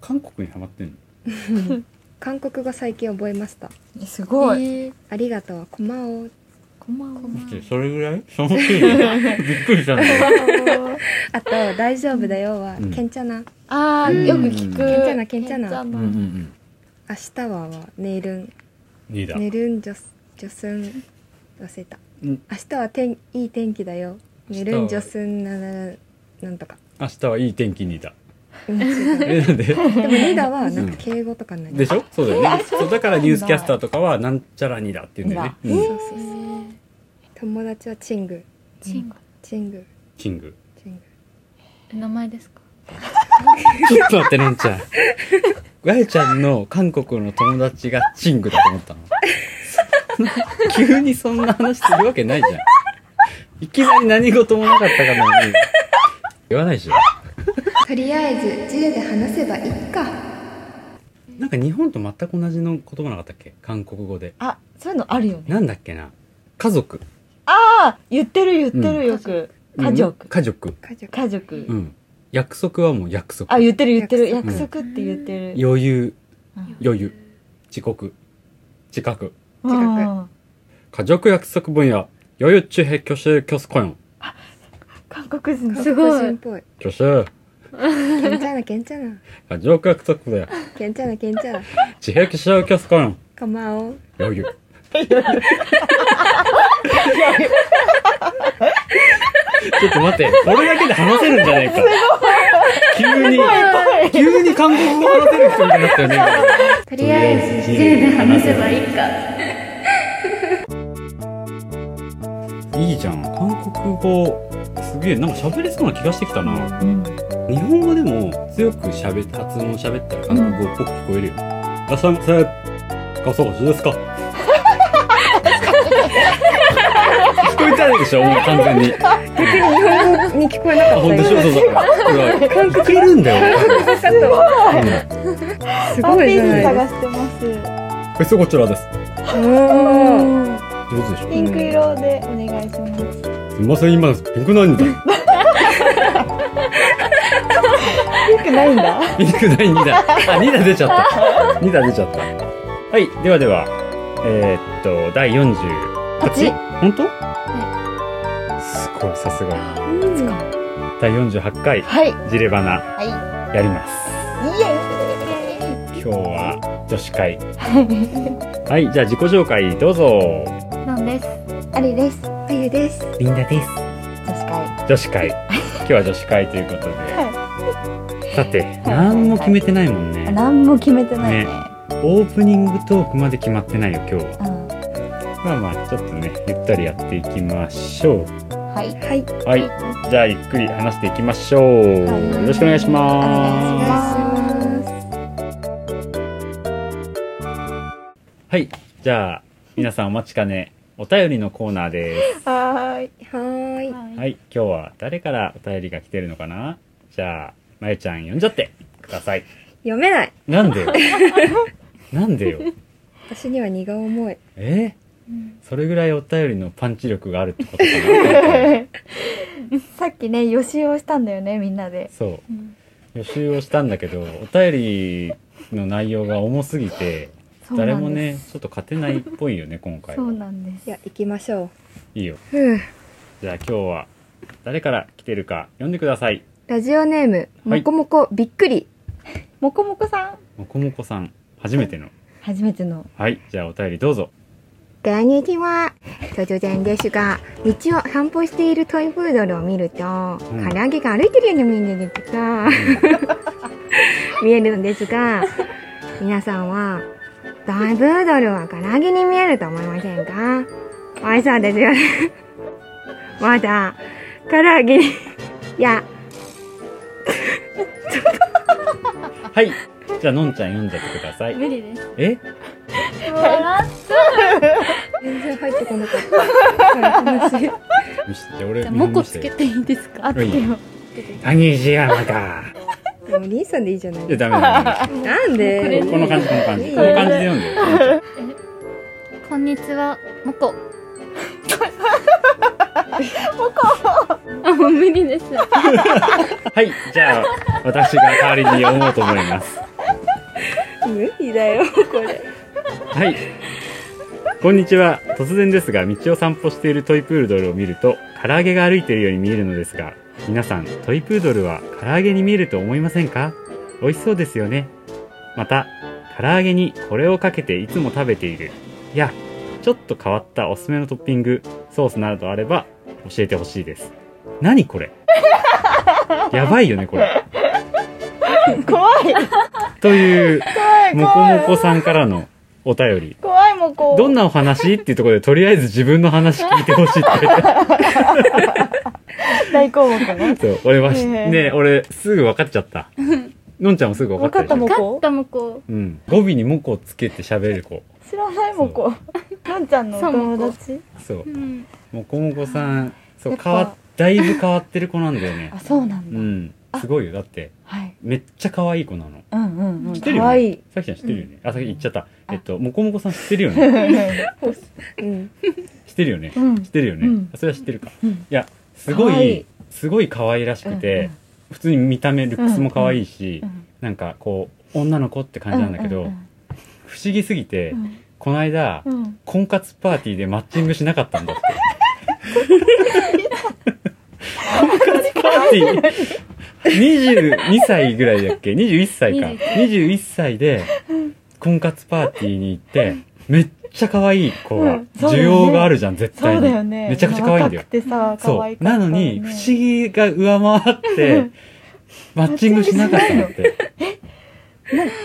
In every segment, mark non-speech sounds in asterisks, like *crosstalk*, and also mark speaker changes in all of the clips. Speaker 1: 韓国にハマってんの
Speaker 2: 韓国語最近覚えました
Speaker 3: えすごい、
Speaker 4: い。
Speaker 2: ありがとうはコマオ
Speaker 3: こんばんは
Speaker 1: 待ってそれぐらいその程度 *laughs* びっくりしたんだよ *laughs*
Speaker 2: あと大丈夫だよは、
Speaker 1: うん
Speaker 2: けんちゃな
Speaker 3: あー、
Speaker 4: うん
Speaker 3: よく聞く
Speaker 2: けんちゃなけんちゃな
Speaker 1: うんうんうん
Speaker 2: 明日はは寝るん
Speaker 1: 2だ、
Speaker 2: 寝るんじょすじょすん忘れた
Speaker 1: うん
Speaker 2: 明日は天いい天気だよ寝るんじょすんなななんとか
Speaker 1: 明日はいい天気2だ
Speaker 2: うん違う
Speaker 1: えなんで *laughs*
Speaker 2: でもリーダーはなんか敬語とかになりま
Speaker 1: ですしょそうだよねそうだからニュースキャスターとかはなんちゃら2だって言うんだよね、うん
Speaker 2: そうそうそう友達はチング
Speaker 4: チンが
Speaker 2: チング
Speaker 1: キング
Speaker 2: チング
Speaker 4: 名前ですか。
Speaker 1: ちょっと待って、のん *laughs* ちゃん。わやちゃんの韓国の友達がチングだと思ったの。 *laughs* 急にそんな話するわけないじゃん。いきなり何事もなかったかのように。言わないでしょ。
Speaker 2: とりあえず J で話せばいいか
Speaker 1: なんか日本と全く同じの言葉なかったっけ韓国語で。
Speaker 3: あそういうのあるよね
Speaker 1: なんだっけな家族。
Speaker 3: ああ言ってる言って
Speaker 1: う
Speaker 3: るよく、家族、
Speaker 1: 家族。
Speaker 2: 家族
Speaker 3: 家族、
Speaker 1: うん。約束はもう約束。
Speaker 3: あ言ってる言ってる
Speaker 2: 約
Speaker 3: 約
Speaker 1: 束
Speaker 3: 束って言ってる、
Speaker 1: 余裕、
Speaker 3: うん
Speaker 1: 余裕。遅刻。自覚。
Speaker 3: うん
Speaker 1: 家族約束分野。余裕中平挙手挙手コヨン。
Speaker 3: 韓国人だ
Speaker 2: 韓国人っぽい
Speaker 1: 挙手。
Speaker 2: けんちゃなけんちゃな
Speaker 1: あ、上空約束だよ。
Speaker 2: けんちゃなけんちゃな
Speaker 1: 地平気しよう、キャスコ
Speaker 2: *laughs*
Speaker 1: ン。
Speaker 2: かまお
Speaker 1: 余
Speaker 3: *laughs*
Speaker 1: 裕。ちょっと待って、これだけで話せるんじゃないか。急に、急に韓国語話せる人みたいになったよね。
Speaker 4: とりあえず J で話せばいいか。
Speaker 1: いいじゃん、韓国語。すげえ、なんか喋れそうな気がしてきたな。
Speaker 3: うん
Speaker 1: 日本語でも強く喋って、発音喋ったら韓国語っぽく聞こえるよ。いらっしゃいませ。ガサゴシですか聞こえてないでしょ、もう完全に。
Speaker 2: 日本語に聞こえな
Speaker 1: あ、
Speaker 2: かっ
Speaker 1: 本当
Speaker 2: た
Speaker 1: そうそうそう。韓国いけるんだよ。うん
Speaker 2: す
Speaker 3: ハッ
Speaker 2: ごい
Speaker 3: ピ
Speaker 2: じゃ
Speaker 3: ーに
Speaker 2: ないで
Speaker 3: 探してます
Speaker 1: こいつこちらです。
Speaker 2: すかおー
Speaker 1: 上手でし
Speaker 3: ピンク色でお願いします
Speaker 1: ょ。すみません、今ピンクないんだ。
Speaker 3: ピンクないんだ
Speaker 1: ピンクない二だ。あ、二だ出ちゃった。二だ出ちゃった。はい、ではでは、えーっと第四十八。本当？すごいさすが。
Speaker 2: うん
Speaker 1: 第四十八回
Speaker 3: はい
Speaker 1: ジレバナ
Speaker 3: はい
Speaker 1: やります。
Speaker 3: イエ
Speaker 1: 今日は女子会。はい、じゃあ自己紹介どうぞ。
Speaker 4: なんです。
Speaker 3: イありです
Speaker 2: あゆです
Speaker 1: みんなです。
Speaker 3: 女子会
Speaker 1: 女子会。今日は女子会ということで。さて、
Speaker 3: はい
Speaker 1: 何も決めてないもんね。
Speaker 3: 何も決めてないね
Speaker 1: ねオープニングトークまで決まってないよ今日は
Speaker 3: うん
Speaker 1: まあまあちょっとねゆったりやっていきましょ
Speaker 3: はい
Speaker 2: はいう
Speaker 1: はいじゃあゆっくり話していきましょう、
Speaker 3: はい
Speaker 1: よろしくお願いし
Speaker 3: お
Speaker 1: ます
Speaker 2: お願いし
Speaker 3: 願いします
Speaker 2: ます
Speaker 1: はいじゃあ皆さんお待ちかねお便りのコーナーです
Speaker 3: はーい
Speaker 2: はーい
Speaker 4: は。
Speaker 1: はいい今日は誰からお便りが来てるのかなじゃあまゆちゃん呼んじゃってください
Speaker 2: 読めない
Speaker 1: なんでよなんでよ
Speaker 2: 私には荷が重い
Speaker 1: え
Speaker 4: うん
Speaker 1: それぐらいお便りのパンチ力があるってことかな
Speaker 3: *laughs* さっきね予習をしたんだよねみんなで
Speaker 1: そう
Speaker 4: うん
Speaker 1: 予習をしたんだけどお便りの内容が重すぎて
Speaker 3: そう
Speaker 1: 誰
Speaker 3: なんです
Speaker 1: もねちょっと勝てないっぽいよね今回
Speaker 3: そう
Speaker 1: は
Speaker 3: なんです
Speaker 2: いや行きましょ
Speaker 1: いいよ
Speaker 2: うふう
Speaker 1: じゃあ今日は誰から来てるか読んでください
Speaker 2: ラジオネーム
Speaker 1: はい
Speaker 2: もこもこびっくり
Speaker 3: もこもこさん
Speaker 1: もこもこさん初めての
Speaker 3: 初めての
Speaker 1: はいじゃあお便りどうぞ
Speaker 2: こんにちは突然ですが道を散歩しているトイプードルを見ると、
Speaker 1: ん
Speaker 2: 唐揚げが歩いてるように見えるんですが見えるのですが皆さんはトイプードルは唐揚げに見えると思いませんかおいそうですよね *laughs* まだ唐揚げにいや
Speaker 1: はいじゃあのんちゃん読んじゃってください
Speaker 4: 無理です。
Speaker 1: え
Speaker 4: 笑
Speaker 2: 全然入ってこなかった話
Speaker 1: よしじゃあ俺
Speaker 4: って。
Speaker 1: 見
Speaker 4: もこ
Speaker 1: 本見せ
Speaker 4: つ
Speaker 1: て
Speaker 4: けていいですか。あ
Speaker 1: ってよ。谷石山か
Speaker 2: でもリンさんでいいじゃない
Speaker 1: いや
Speaker 2: ですか
Speaker 1: ダメだダメ
Speaker 2: なんで
Speaker 1: だこの感じこの感じ
Speaker 2: いい
Speaker 1: この感じで読んでよ
Speaker 4: こんにちは、も *laughs* こ。もこ。あ、もう無理です。
Speaker 1: はい、じゃあ、私が代わりに読もうと思います。
Speaker 2: 無理だよ、これ。
Speaker 1: はい。こんにちは。突然ですが、道を散歩しているトイプードルを見ると、唐揚げが歩いているように見えるのですが、皆さん、トイプードルは唐揚げに見えると思いませんか美味しそうですよね。また、唐揚げにこれをかけていつも食べている。いや、ちょっと変わったおすすめのトッピング、ソースなどあれば教えてほしいです。何これやばいよね、これ。
Speaker 3: 怖い
Speaker 1: という、
Speaker 3: *laughs* 怖い
Speaker 1: もこ
Speaker 3: 怖
Speaker 1: も
Speaker 3: い
Speaker 1: こさんからのお便り。
Speaker 3: 怖いもこ
Speaker 1: どんなお話っていうところで、とりあえず自分の話聞いてほしいって言われて
Speaker 3: 大項目ね
Speaker 1: *laughs* そう、俺はし、
Speaker 3: ええ
Speaker 1: ねえ俺すぐ分かっちゃった。のんちゃんもすぐ分かったでしょ。
Speaker 3: 分かっ
Speaker 4: 勝ったもこ
Speaker 1: うん。語尾にモコをつけて喋る子。
Speaker 3: 知らないもこのんちゃんのお友達
Speaker 1: そう
Speaker 4: う。ん
Speaker 1: もこもこさん、そう、
Speaker 3: やっぱ
Speaker 1: 変わっ、だいぶ変わってる子なんだよね
Speaker 3: あ。そうなん
Speaker 1: う
Speaker 3: だ、
Speaker 1: ん。すごいよ。だって、
Speaker 3: はい
Speaker 1: めっちゃ可愛い子なの。
Speaker 3: うんうんうん
Speaker 1: 知ってるよ、ね。
Speaker 3: 可
Speaker 1: *laughs*
Speaker 3: 愛い
Speaker 1: さきちゃん知ってるよね。あ、さき言っちゃった。
Speaker 3: あ
Speaker 1: えっと、もこもこさん知ってるよ
Speaker 3: *laughs*
Speaker 1: ね。
Speaker 2: うん。
Speaker 1: 知ってるよね。
Speaker 3: うん
Speaker 1: 知ってるよね。
Speaker 3: うん
Speaker 1: あそれは知ってるか。
Speaker 3: うん
Speaker 1: いや、すご
Speaker 3: 可
Speaker 1: い、
Speaker 3: 愛い
Speaker 1: すごい可愛らしくて、普通に見た目、ルックスも可愛いし、
Speaker 3: うん
Speaker 1: なんかこう女の子って感じなんだけど、
Speaker 3: うん
Speaker 1: 不思議すぎて、
Speaker 3: うん
Speaker 1: この間、
Speaker 3: うんうん
Speaker 1: 婚活パーティーでマッチングしなかったんだって婚活パーティー22歳ぐらいだっけ21歳か
Speaker 4: 21
Speaker 1: 21歳で婚活パーティーに行ってめっちゃ可愛い子
Speaker 3: う
Speaker 1: は
Speaker 3: んそうだ
Speaker 1: 需
Speaker 3: よね
Speaker 1: 要があるじゃん絶
Speaker 3: そ
Speaker 1: 対
Speaker 3: う
Speaker 1: に、
Speaker 3: だよね
Speaker 1: めちゃくちゃ可愛いんだよ
Speaker 3: 若くてさ可
Speaker 1: そ
Speaker 3: 愛
Speaker 1: う
Speaker 3: い
Speaker 1: なのに不思
Speaker 3: 議
Speaker 1: 議が上回ってマッチングしなかったんだって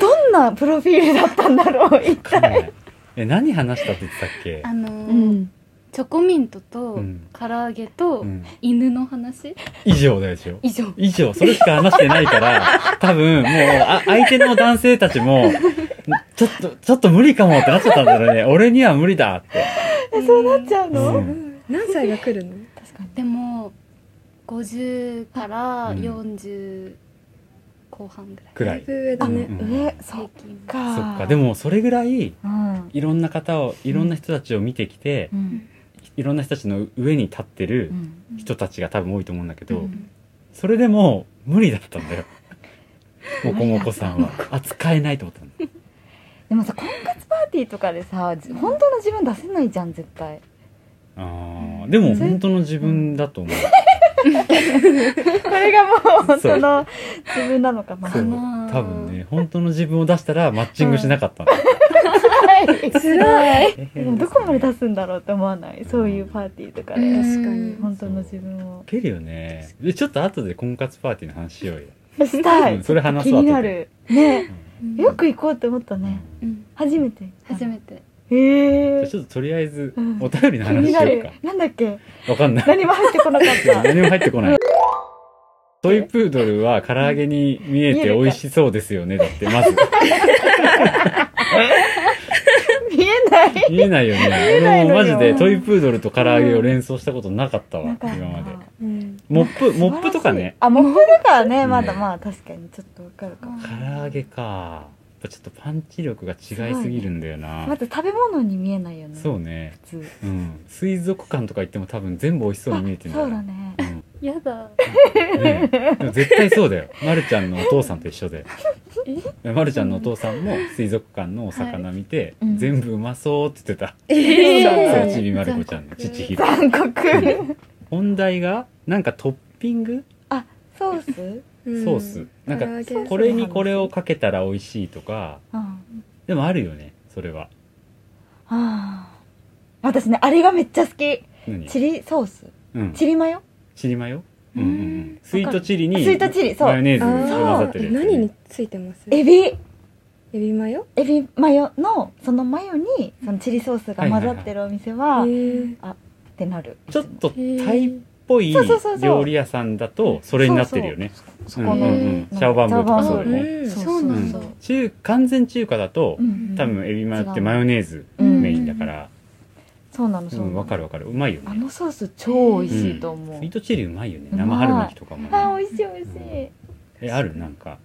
Speaker 3: どんなプロフィールだったんだろう一
Speaker 1: わかん
Speaker 3: 体
Speaker 1: ないえ何話したって言ってたっけ
Speaker 4: あのー
Speaker 2: うん。
Speaker 4: チョコミントと
Speaker 1: うん
Speaker 4: 唐揚げと
Speaker 1: うん
Speaker 4: 犬の話
Speaker 1: 以上だよ一応
Speaker 4: 以上
Speaker 1: 以上それしか話してないから多分もうあ相手の男性たちもちょっとちょっと無理かもってなっちゃったんだろうね俺には無理だって、
Speaker 3: えそうなっちゃうの、
Speaker 1: うん
Speaker 2: 何歳が来るの
Speaker 3: 確かに
Speaker 4: でも50から40後半ぐら
Speaker 1: くら
Speaker 2: だい
Speaker 4: い
Speaker 1: い
Speaker 2: ぶ上だね
Speaker 1: う。ん
Speaker 3: えそっ
Speaker 4: 平均
Speaker 3: か
Speaker 1: そっかでもそれぐらい
Speaker 3: うん
Speaker 1: いろんな方をいろんな人たちを見てきて
Speaker 3: う、ん
Speaker 1: いろんな人たちの上に立ってる
Speaker 3: うん
Speaker 1: 人たちが多分多いと思うんだけ
Speaker 3: う
Speaker 1: ど、
Speaker 3: ん
Speaker 1: それでも無理だったんだ
Speaker 3: *laughs*
Speaker 1: よもこもこさんは扱えないと思ったんだ
Speaker 3: でもさ婚活パーティーとかでさじ本当の自分出せないじゃん絶対
Speaker 1: あーでも本当の自分だと思う
Speaker 3: *laughs* これがもう本
Speaker 1: そう
Speaker 3: 当の自分なのかな
Speaker 1: そう
Speaker 4: まあ
Speaker 1: 多分ね本当の自分を出したらマッチングしなかったの、
Speaker 3: つらい
Speaker 1: 大
Speaker 3: で
Speaker 1: 変
Speaker 3: も
Speaker 1: すね
Speaker 3: どこまで出すんだろうって思わないそういうパーティーとか
Speaker 4: うん
Speaker 3: で
Speaker 2: 確かに。
Speaker 3: 本当の自分を
Speaker 1: ウケるよねでちょっと後で婚活パーティーの話しようよ、
Speaker 3: した
Speaker 1: うん
Speaker 3: い
Speaker 1: それ話
Speaker 3: 気
Speaker 1: そう
Speaker 3: になるね
Speaker 4: うん
Speaker 3: よく行こうって思った
Speaker 1: 後で
Speaker 3: ね
Speaker 4: うん
Speaker 3: 初めて
Speaker 4: 初めて
Speaker 3: てへ
Speaker 1: うんじゃ
Speaker 3: え
Speaker 1: あち
Speaker 3: 気
Speaker 1: ょっととりあえず
Speaker 3: うん
Speaker 1: お便りの話
Speaker 3: に
Speaker 1: し
Speaker 3: な
Speaker 1: よう
Speaker 3: る
Speaker 1: か
Speaker 3: なんだっけ
Speaker 1: わかんない
Speaker 3: 何も入ってこなかった
Speaker 1: 何も入ってこ *laughs*
Speaker 3: *laughs*
Speaker 1: ないトイプードルは唐揚げに見えて美味しそうですよねだってまず
Speaker 3: 見え *laughs* ない
Speaker 1: 見えないよね
Speaker 3: えない
Speaker 1: 俺も
Speaker 3: のよ
Speaker 1: マジでトイプードルと唐揚げを連想したことなかったわ、
Speaker 3: なんか
Speaker 1: 今まで
Speaker 2: うん。
Speaker 1: モップモップとかね
Speaker 3: あモップとかはね
Speaker 1: うん
Speaker 3: まだまあ確かにちょっとわかるかも
Speaker 1: 唐揚げかやっぱちょっとパンチ力が違いすぎるんだよな、
Speaker 3: まず食べ物に見えないよね
Speaker 1: そうね
Speaker 3: 普通
Speaker 1: うん水族館とか行っても多分全部美味しそうに見えてるんだよ
Speaker 3: そうだ
Speaker 1: な
Speaker 3: ね
Speaker 4: やだ
Speaker 1: ねえでも絶対そうだよ、ま、るちゃんのお父さんと一緒でまるちゃんのお父さんも水族館のお魚見て、
Speaker 3: はいうん
Speaker 1: 全部うまそうって言ってた、
Speaker 4: え
Speaker 1: さ
Speaker 3: ー
Speaker 1: あちびまる子ちゃんの父ひろ
Speaker 3: 韓国
Speaker 1: 本題がなんかトッピング
Speaker 3: ソース
Speaker 1: ソース、なん
Speaker 2: 唐揚
Speaker 1: か
Speaker 2: げソース
Speaker 1: これにこれをかけたら美味しいとか
Speaker 3: うん
Speaker 1: でもあるよねそれは
Speaker 3: あー私ねあれがめっちゃ好き
Speaker 1: 何
Speaker 3: チリソース
Speaker 1: うん
Speaker 3: チリマヨ
Speaker 1: チリマヨうんうんうんスイートチリ
Speaker 3: あ
Speaker 1: に
Speaker 3: スイートチリそう
Speaker 1: マヨネーズ
Speaker 2: あ
Speaker 1: が混ざっ
Speaker 2: ー
Speaker 1: てるやつ
Speaker 2: 何についてますエ
Speaker 3: エビ
Speaker 2: ビマヨ
Speaker 3: エビマヨのそのマヨにそのチリソースが混ざってるお店は、
Speaker 2: へー
Speaker 3: ってなる
Speaker 1: ちょっとタイっぽい
Speaker 3: そうそうそうそう
Speaker 1: 料理屋さんだとそれになってるよね
Speaker 3: そこの、
Speaker 1: うん
Speaker 4: うん
Speaker 1: うんシャオバンブーとかそうだ
Speaker 2: う
Speaker 1: ね
Speaker 2: ん。
Speaker 3: そう
Speaker 4: そうなんだ
Speaker 3: そう
Speaker 1: 中完全中華だと
Speaker 3: うん
Speaker 1: 多分エビマヨってマヨネーズ
Speaker 3: うん
Speaker 1: メインだから
Speaker 3: そうなの
Speaker 1: う
Speaker 3: そうん
Speaker 1: わかるわかるうまいよ
Speaker 3: あ
Speaker 1: ね
Speaker 3: のソース超美味しいと思う、
Speaker 1: スイートチリうまいよね
Speaker 3: うまい
Speaker 1: 生春巻きとかも
Speaker 3: あ美味しい美味しい
Speaker 1: えあるなんか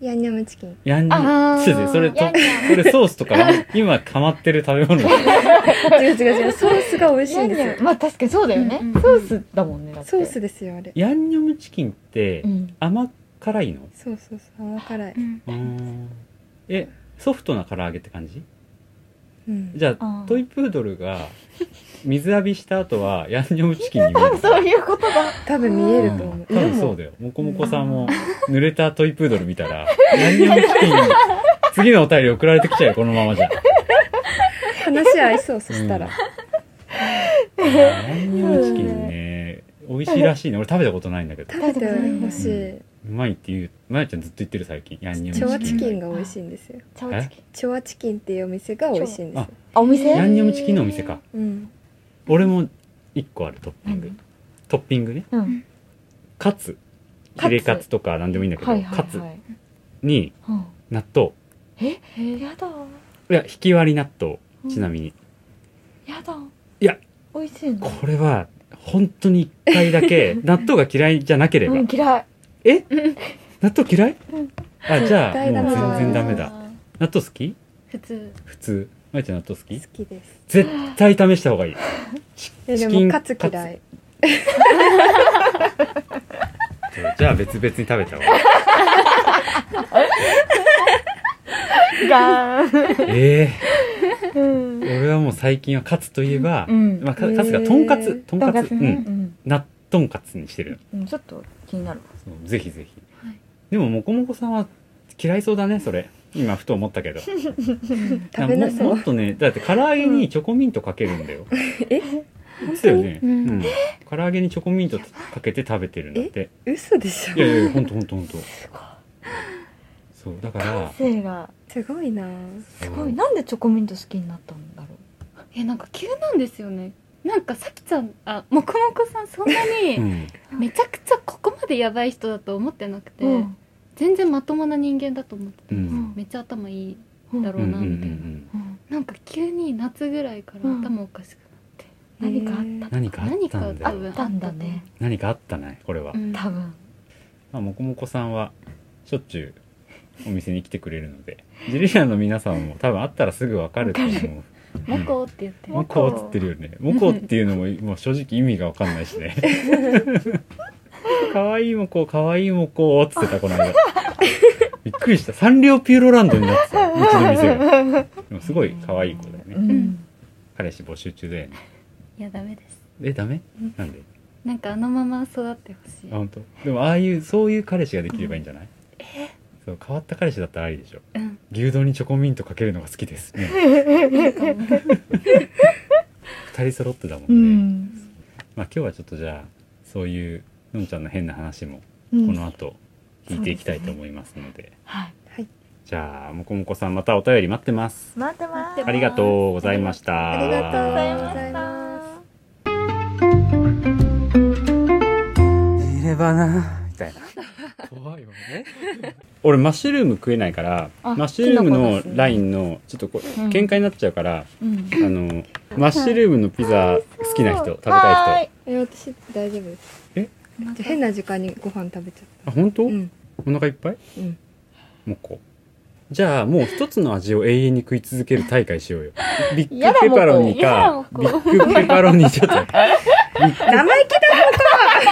Speaker 2: ヤンニョムチキン。
Speaker 1: やんに
Speaker 4: あー
Speaker 1: ちょっとそれと
Speaker 3: ヤンニ
Speaker 1: それソース
Speaker 3: *laughs*
Speaker 1: とか今かまってる食べ物だよ
Speaker 2: 違う違う違う。ソースが美味しいんですよ。
Speaker 3: まあ確かにそうだよね、
Speaker 4: うんうん
Speaker 3: ソースだもんねだって
Speaker 2: ソースですよ、あれ。
Speaker 1: ヤンニョムチキンって *laughs*
Speaker 3: うん
Speaker 1: 甘辛いの
Speaker 2: そうそうそう。甘辛い。
Speaker 4: うん
Speaker 1: うーんえソフトな唐揚げって感じ
Speaker 4: うん
Speaker 1: じゃあ
Speaker 3: あー
Speaker 1: トイプードルが水浴びした後はヤンニョムチキンに見
Speaker 3: *laughs*
Speaker 1: える
Speaker 3: そういうことだ
Speaker 2: 多分見えると
Speaker 1: ん
Speaker 2: 思う。
Speaker 1: 多分そうだよもこもこさんも濡れたトイプードル見たらヤンニョムチキンに次のお便り送られてきちゃうよこのままじゃ
Speaker 2: 話合いそう、そしたら。
Speaker 1: うんヤンニョムチキンね美味しいらしいね俺食べたことないんだけど
Speaker 2: 食べてほしい。
Speaker 1: うまいって言うまやちゃんずっと言ってる最近ヤンニ
Speaker 2: チョ
Speaker 1: ョ
Speaker 2: ア
Speaker 1: ム
Speaker 2: チ
Speaker 1: チキ
Speaker 2: キン
Speaker 1: ン
Speaker 2: が美味しいんですよ。
Speaker 3: チャオチキン
Speaker 2: チョアチキンっていうお店が美味しいんですよ。
Speaker 3: あお
Speaker 1: ヤ
Speaker 3: 店
Speaker 1: ンニョムチキンのお店か
Speaker 2: うん。
Speaker 1: 俺も1個あるトッピング
Speaker 3: 何
Speaker 1: トッピングね
Speaker 3: うん
Speaker 1: カツ
Speaker 3: カツ
Speaker 1: ヒレカツとか何でもいいんだけど、
Speaker 3: はいはい
Speaker 1: カツ
Speaker 3: はい
Speaker 1: に
Speaker 3: うん
Speaker 1: 納豆
Speaker 3: えやだ
Speaker 1: いや引き割り納豆ちなみに、
Speaker 3: やだ
Speaker 1: いや
Speaker 3: 美味しいの
Speaker 1: これは本当に1回だけ納豆が嫌いじゃなければ、
Speaker 3: うん嫌い
Speaker 1: え納豆嫌い、
Speaker 3: うん
Speaker 1: あじゃ
Speaker 2: 絶
Speaker 1: あ
Speaker 2: 対ダメだ
Speaker 1: もう全然ダメだ納豆好き
Speaker 4: 普通
Speaker 1: 普通まやちゃん納豆好き
Speaker 2: 好きです。
Speaker 1: 絶対試した方がいいチ
Speaker 2: えで
Speaker 1: チキン
Speaker 2: もカツ嫌い。
Speaker 1: じゃあ別々に食べた方がいい
Speaker 3: が
Speaker 1: ええ
Speaker 3: うん
Speaker 1: 俺はもう最近はカツといえば、
Speaker 3: うん
Speaker 1: まあ、かカツがとんかつとん
Speaker 3: とん
Speaker 1: か
Speaker 3: か
Speaker 1: つ、
Speaker 3: つ
Speaker 1: う
Speaker 3: ね
Speaker 1: ん、
Speaker 3: うん
Speaker 1: 納豆カツにしてる
Speaker 3: うんちょっと気になる
Speaker 1: そうぜひぜひ、
Speaker 4: はい
Speaker 1: でももこもこさんは嫌いそうだねそれ今ふと思ったけど
Speaker 2: 食べな
Speaker 1: あも
Speaker 2: そ
Speaker 1: も
Speaker 2: う
Speaker 1: っ。とねだって唐揚げにチョコミントかけるんだよ、
Speaker 2: え
Speaker 1: 言ってたよね、
Speaker 4: 当にうん
Speaker 1: うん唐揚げにチョコミントかけて食べてるんだって
Speaker 2: 嘘でしょ
Speaker 1: いやいやほんとほんとほんとそうだから
Speaker 3: 性が
Speaker 2: すごいな
Speaker 3: すごいなんでチョコミント好きになったんだろ
Speaker 4: えなんか急なんですよねなんかさきちゃんあもこもこさんそんな
Speaker 1: う
Speaker 4: に
Speaker 1: ん、
Speaker 4: めちゃくちゃここまでやばい人だと思ってなくて、
Speaker 3: う
Speaker 4: 全然まともな人間だと思ってた、
Speaker 1: うん
Speaker 4: めっちゃ頭いい
Speaker 3: うん
Speaker 4: だろ
Speaker 1: うんう
Speaker 4: うんな
Speaker 1: うんう
Speaker 4: みたいな、
Speaker 1: ん
Speaker 3: うん
Speaker 4: なんか急に夏ぐらいから
Speaker 3: うん
Speaker 4: 頭おかしくなって、
Speaker 2: へー
Speaker 4: 何かあったの
Speaker 1: 何かあったんだ
Speaker 4: 何か多
Speaker 1: よ
Speaker 4: 分
Speaker 3: あったんだね
Speaker 1: 何かあったねこれは、
Speaker 4: うん
Speaker 3: 多分
Speaker 1: まあ、もこもこさんはしょっちゅうお店に来てくれるのでジェリアンの皆さんも多分会ったらすぐわかると思う
Speaker 4: モコって言って
Speaker 1: モコっつってるよねモコっていうのももう正直意味がわかんないしねかわいいモコかわいいモコっつってたこの間びっくりしたサンリオピューロランドになってたうちの店がでもすごいかわいい子だよね
Speaker 3: うん
Speaker 1: 彼氏募集中だよね
Speaker 4: いやダメです
Speaker 1: えダメなんで
Speaker 4: なんかあのまま育ってほしい
Speaker 1: あ本当。でもああいうそういう彼氏ができればいいんじゃない、そう変わった彼氏だったらありでしょ
Speaker 4: うん
Speaker 1: 牛丼にチョコミントかけるのが好きですね
Speaker 4: いいかも
Speaker 1: 二人揃ってだもんね、
Speaker 3: うん
Speaker 1: まあ今日はちょっとじゃあそういうのんちゃんの変な話も
Speaker 3: う
Speaker 1: こ
Speaker 3: ん
Speaker 1: の後聞いていきたいと思いますので,、
Speaker 3: はい
Speaker 1: じゃあもこもこさんまたお便り待ってます
Speaker 3: 待ってま
Speaker 4: 待って
Speaker 1: ありがとうございました
Speaker 2: ありがとうござい
Speaker 3: ありがとうござ
Speaker 2: ま
Speaker 3: い
Speaker 2: す
Speaker 3: ます
Speaker 1: いればなみたいな怖いわね *laughs* 俺マッシュルーム食えないから
Speaker 3: あ
Speaker 1: マッシュルーム
Speaker 3: き
Speaker 1: の
Speaker 3: のこだし
Speaker 1: ラインのちょっとこう
Speaker 3: うん
Speaker 1: 喧嘩になっちゃうから、
Speaker 3: うん
Speaker 1: あのマッシュルームのピザ好きな人食べたい人
Speaker 2: え私大丈夫です
Speaker 4: なんか
Speaker 2: 変な時間にご飯食べちゃっ
Speaker 1: あ本当、
Speaker 2: たうん
Speaker 1: お腹いっぱい
Speaker 2: うん
Speaker 1: もうこうじゃあもう一つの味を永遠に食い続ける大会しよう
Speaker 3: *laughs*
Speaker 1: よビッ
Speaker 3: や
Speaker 1: グ
Speaker 3: だ
Speaker 1: ペ
Speaker 3: もう
Speaker 1: パロニかビ
Speaker 3: やだも
Speaker 1: ッグペパロニちょっと
Speaker 2: 生意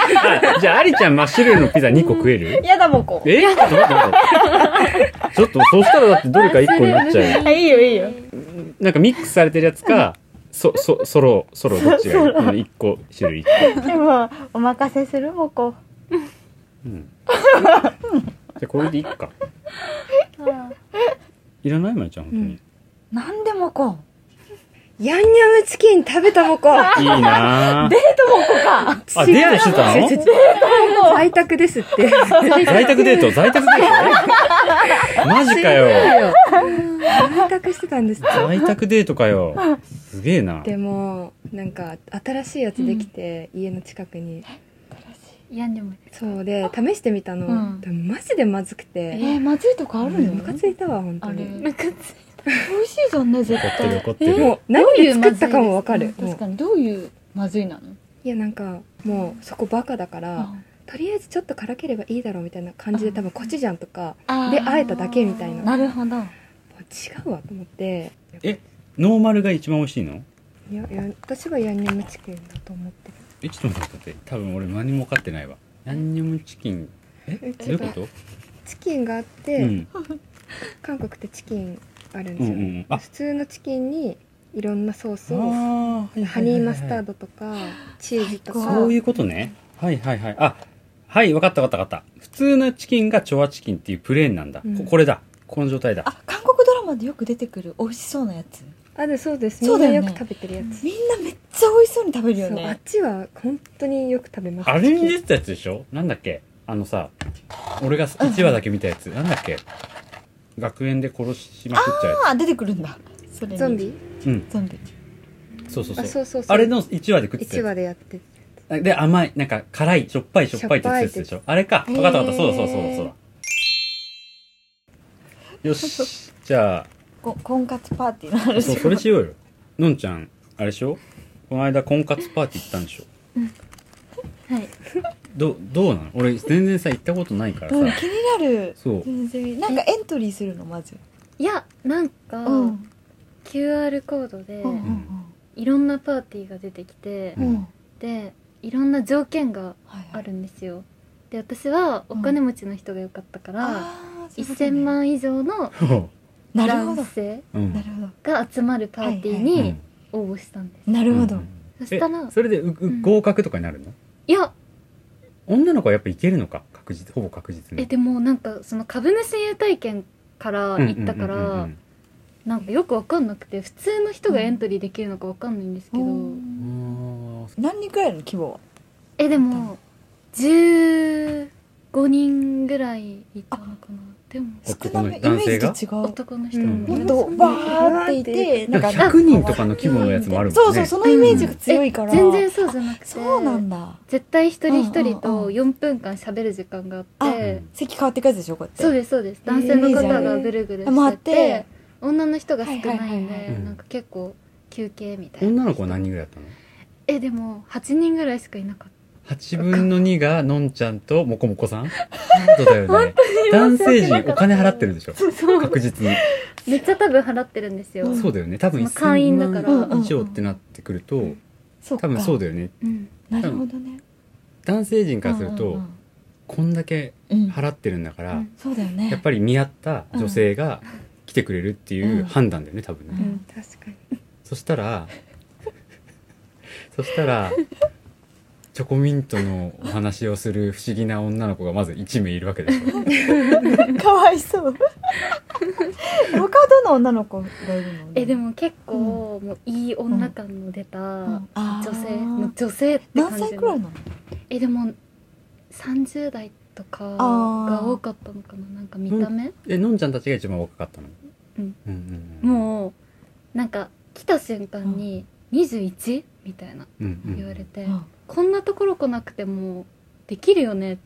Speaker 2: 気だ
Speaker 1: あじゃあありちゃんマッシュルームのピザ2個食える
Speaker 3: やだもこ
Speaker 1: えちょっと待って待ってちょっとそうしたらだってどれか1個になっちゃうよ
Speaker 3: あいいよいいよ
Speaker 1: なんかミックスされてるやつかそそソロソロどっちがいいうん1個種類1個、
Speaker 3: でもお任せするもこ
Speaker 1: うん、じゃあこれでいっか
Speaker 4: あ
Speaker 1: いらないまゆちゃん本当に、
Speaker 3: なんでもこ
Speaker 2: ヤンニョムチキン食べたもこ
Speaker 1: いいな
Speaker 3: *laughs*
Speaker 1: ぁ。デートもこか。あ、デートしてた
Speaker 2: 違う違う
Speaker 1: の
Speaker 2: 在宅ですって
Speaker 1: 在宅デート在宅デート
Speaker 3: *laughs*
Speaker 1: マジかよ。
Speaker 2: 在宅してたんですって
Speaker 1: 在宅デートかよ。すげえな。
Speaker 2: でもなんか新しいやつできて、家の近くに
Speaker 4: いやでも
Speaker 2: そうで試してみたの、
Speaker 3: うん
Speaker 2: でもマジでまずく
Speaker 3: え
Speaker 2: て
Speaker 3: ー、まずいとこあるの
Speaker 2: ムカついたわ本当
Speaker 3: あれ
Speaker 2: に
Speaker 4: ムカつい
Speaker 3: 美味しいじゃんね絶
Speaker 1: 怒ってる
Speaker 3: 対
Speaker 1: 怒ってる。
Speaker 2: もう何で作ったかもわかる
Speaker 3: うん
Speaker 2: も
Speaker 3: 確
Speaker 2: う
Speaker 3: かにどういうまずいなの
Speaker 2: いやなんかもうそこバカだからとりあえずちょっと辛ければいいだろうみたいな感じで多分コチュジャンとか
Speaker 3: あ
Speaker 2: であえただけみたいな
Speaker 3: なるほど
Speaker 2: もう違うわと思って
Speaker 1: え、ノーマルが一番美味しいの
Speaker 2: いやいや私はヤンニョムチキンだと思ってる
Speaker 1: え、ちょっと待って待って。多分俺何も分かってないわ。ヤンニョムチキン。え、どういうこと
Speaker 2: チキンがあって、
Speaker 1: うん。
Speaker 2: 韓国ってチキンある
Speaker 1: う
Speaker 2: んで
Speaker 1: ん
Speaker 2: す
Speaker 1: う
Speaker 2: よ、
Speaker 1: んあ
Speaker 2: 普通のチキンにいろんなソースを
Speaker 1: あー
Speaker 2: ハニーマスター
Speaker 1: ド
Speaker 2: ドとかチーズとか
Speaker 1: そういうことねはいはいはいあはい分かった分かった分かった普通のチキンがチョアチキンっていうプレーンなんだ、
Speaker 2: うん
Speaker 1: ここれだこの状態だ
Speaker 3: あ韓国ドラマでよく出てくる美味しそうなやつ
Speaker 2: あでそうですみ
Speaker 3: そうんだ
Speaker 2: な
Speaker 3: よね
Speaker 2: よく食べてるやつ
Speaker 3: みんなめっちゃ美味しそうに食べるよ
Speaker 2: そうあっ
Speaker 3: ね
Speaker 2: ちは本当によく食べます
Speaker 1: あれに出てたやつでしょなんだっけあのさ俺が1話だけ見たやつ、なんだっけ学園で殺しまくっちゃうや
Speaker 3: あ出てくるんだそれに
Speaker 2: ゾンビ
Speaker 1: つうん
Speaker 3: ゾンビ
Speaker 1: そうそうそ
Speaker 2: あ
Speaker 1: う
Speaker 2: そうそうそう
Speaker 1: あれの1話で食ってた
Speaker 2: 1
Speaker 1: や
Speaker 2: 話でやって
Speaker 1: つで甘いなんか辛いしょっぱいしょっぱいってやつでしょあれか
Speaker 3: へー
Speaker 1: 分かった分かったそうだそうだそうだそうだよしじゃ
Speaker 3: こ婚活パーティーの
Speaker 1: あ
Speaker 3: 話
Speaker 1: そうそれしようよのんちゃんあれでしょこの間婚活パーティー行ったんでしょ
Speaker 4: はい
Speaker 1: どうどうなの俺全然さ行ったことないからさ
Speaker 3: うん気になる
Speaker 1: そう
Speaker 3: *laughs* 全然なんかエントリーするのまず
Speaker 4: いやなんか、
Speaker 3: うん
Speaker 4: QR コードで
Speaker 3: うん
Speaker 4: いろんなパーティーが出てきて
Speaker 3: うんうん
Speaker 4: でいろんな条件が
Speaker 3: はいは
Speaker 4: あ
Speaker 3: い
Speaker 4: るんですよで私はお金持ちの人が良かったから、
Speaker 3: あーそういうことね
Speaker 4: 1000万以上の
Speaker 3: なるほど
Speaker 4: 男性
Speaker 1: うん
Speaker 3: なるほど
Speaker 4: が集まるパーティー
Speaker 1: う
Speaker 4: に
Speaker 1: ん
Speaker 4: 応募したんです、
Speaker 3: なるほど、
Speaker 1: うん
Speaker 4: そしたら
Speaker 1: えそれでううん合格とかになるの、
Speaker 4: いや
Speaker 1: 女の子はやっぱいけるのか確実ほぼ確実に
Speaker 4: えでもなんかその株主優待券から行ったから、
Speaker 1: うんうんうんうん
Speaker 4: なんかよくわかんなくて普通の人がエントリーできるのかわかんないんですけど、
Speaker 1: うーん
Speaker 3: 何人くらいの規模は
Speaker 4: えでも15人ぐらいいたのかなでも
Speaker 3: 少
Speaker 1: 男
Speaker 3: な
Speaker 1: の
Speaker 3: めイメ
Speaker 1: 男性が
Speaker 3: ージと違う
Speaker 4: 男の人
Speaker 1: うん
Speaker 4: も
Speaker 3: も
Speaker 4: い
Speaker 3: っ
Speaker 4: ます
Speaker 3: とバーっていて
Speaker 1: な
Speaker 3: なんん
Speaker 1: か
Speaker 3: か
Speaker 1: 100人とかの規模のやつもあるもんね
Speaker 3: そうそうそのイメージが強いから、
Speaker 4: 全然そうじゃなくて
Speaker 3: そうなんだ
Speaker 4: 絶対一人一人
Speaker 3: うんうんう
Speaker 4: と
Speaker 3: ん
Speaker 4: 4分間喋る時間があって
Speaker 3: 席変わってくやつでしょこうやって
Speaker 4: そうですそうです男性の方がぐるぐるし
Speaker 3: 回っ
Speaker 4: て
Speaker 3: て
Speaker 4: て女の人が少ないん
Speaker 3: はいはい
Speaker 1: はい
Speaker 4: で
Speaker 1: はい
Speaker 4: なんか結構休憩みたいな
Speaker 1: 女の子は何人ぐらいだったの
Speaker 4: えでも8人ぐらいしかいなかっ
Speaker 1: 8分の2がのんちゃんともこもこさん本当だよね男性陣お金払ってるでしょ
Speaker 4: たそう
Speaker 1: 確実に
Speaker 4: めっちゃ多分払ってるんですよ
Speaker 1: そうだよね多分
Speaker 4: まあ会員だから
Speaker 1: 1000万以上ってなってくると
Speaker 3: そう
Speaker 1: 多分そうだよね
Speaker 4: うん
Speaker 3: なるほどね
Speaker 1: 男性陣からする
Speaker 3: うんう
Speaker 1: と
Speaker 3: ん
Speaker 1: こんだけ
Speaker 3: うんうん
Speaker 1: 払ってるんだから
Speaker 4: うん
Speaker 3: そうだよね
Speaker 1: やっぱり見合った女性が来てくれるっていう判断だよね多分ね
Speaker 2: う
Speaker 3: うん
Speaker 2: ん確かに
Speaker 1: そしたら *laughs* そしたらチョコミントのお話をする不思議な女の子がまず1名いるわけでしょ
Speaker 3: *laughs* かわいそう他どの女の子がいるの
Speaker 4: えでも結構もういい女感の出た
Speaker 3: うん
Speaker 4: 女
Speaker 3: あー
Speaker 4: 性もう女性って感
Speaker 3: 何
Speaker 4: じ
Speaker 3: 歳くらいなの
Speaker 4: えでも30代と
Speaker 3: あ
Speaker 4: か
Speaker 3: ー
Speaker 4: が多かったのかななんか見た目、
Speaker 1: えのんちゃんたちが一番若かったの、
Speaker 4: うん
Speaker 1: うんうん
Speaker 4: もうなんか来た瞬間に「21?」みたいな
Speaker 1: うん、うんうん
Speaker 4: 言われて、
Speaker 3: うん
Speaker 4: こんなところ来なくてもできるよねっ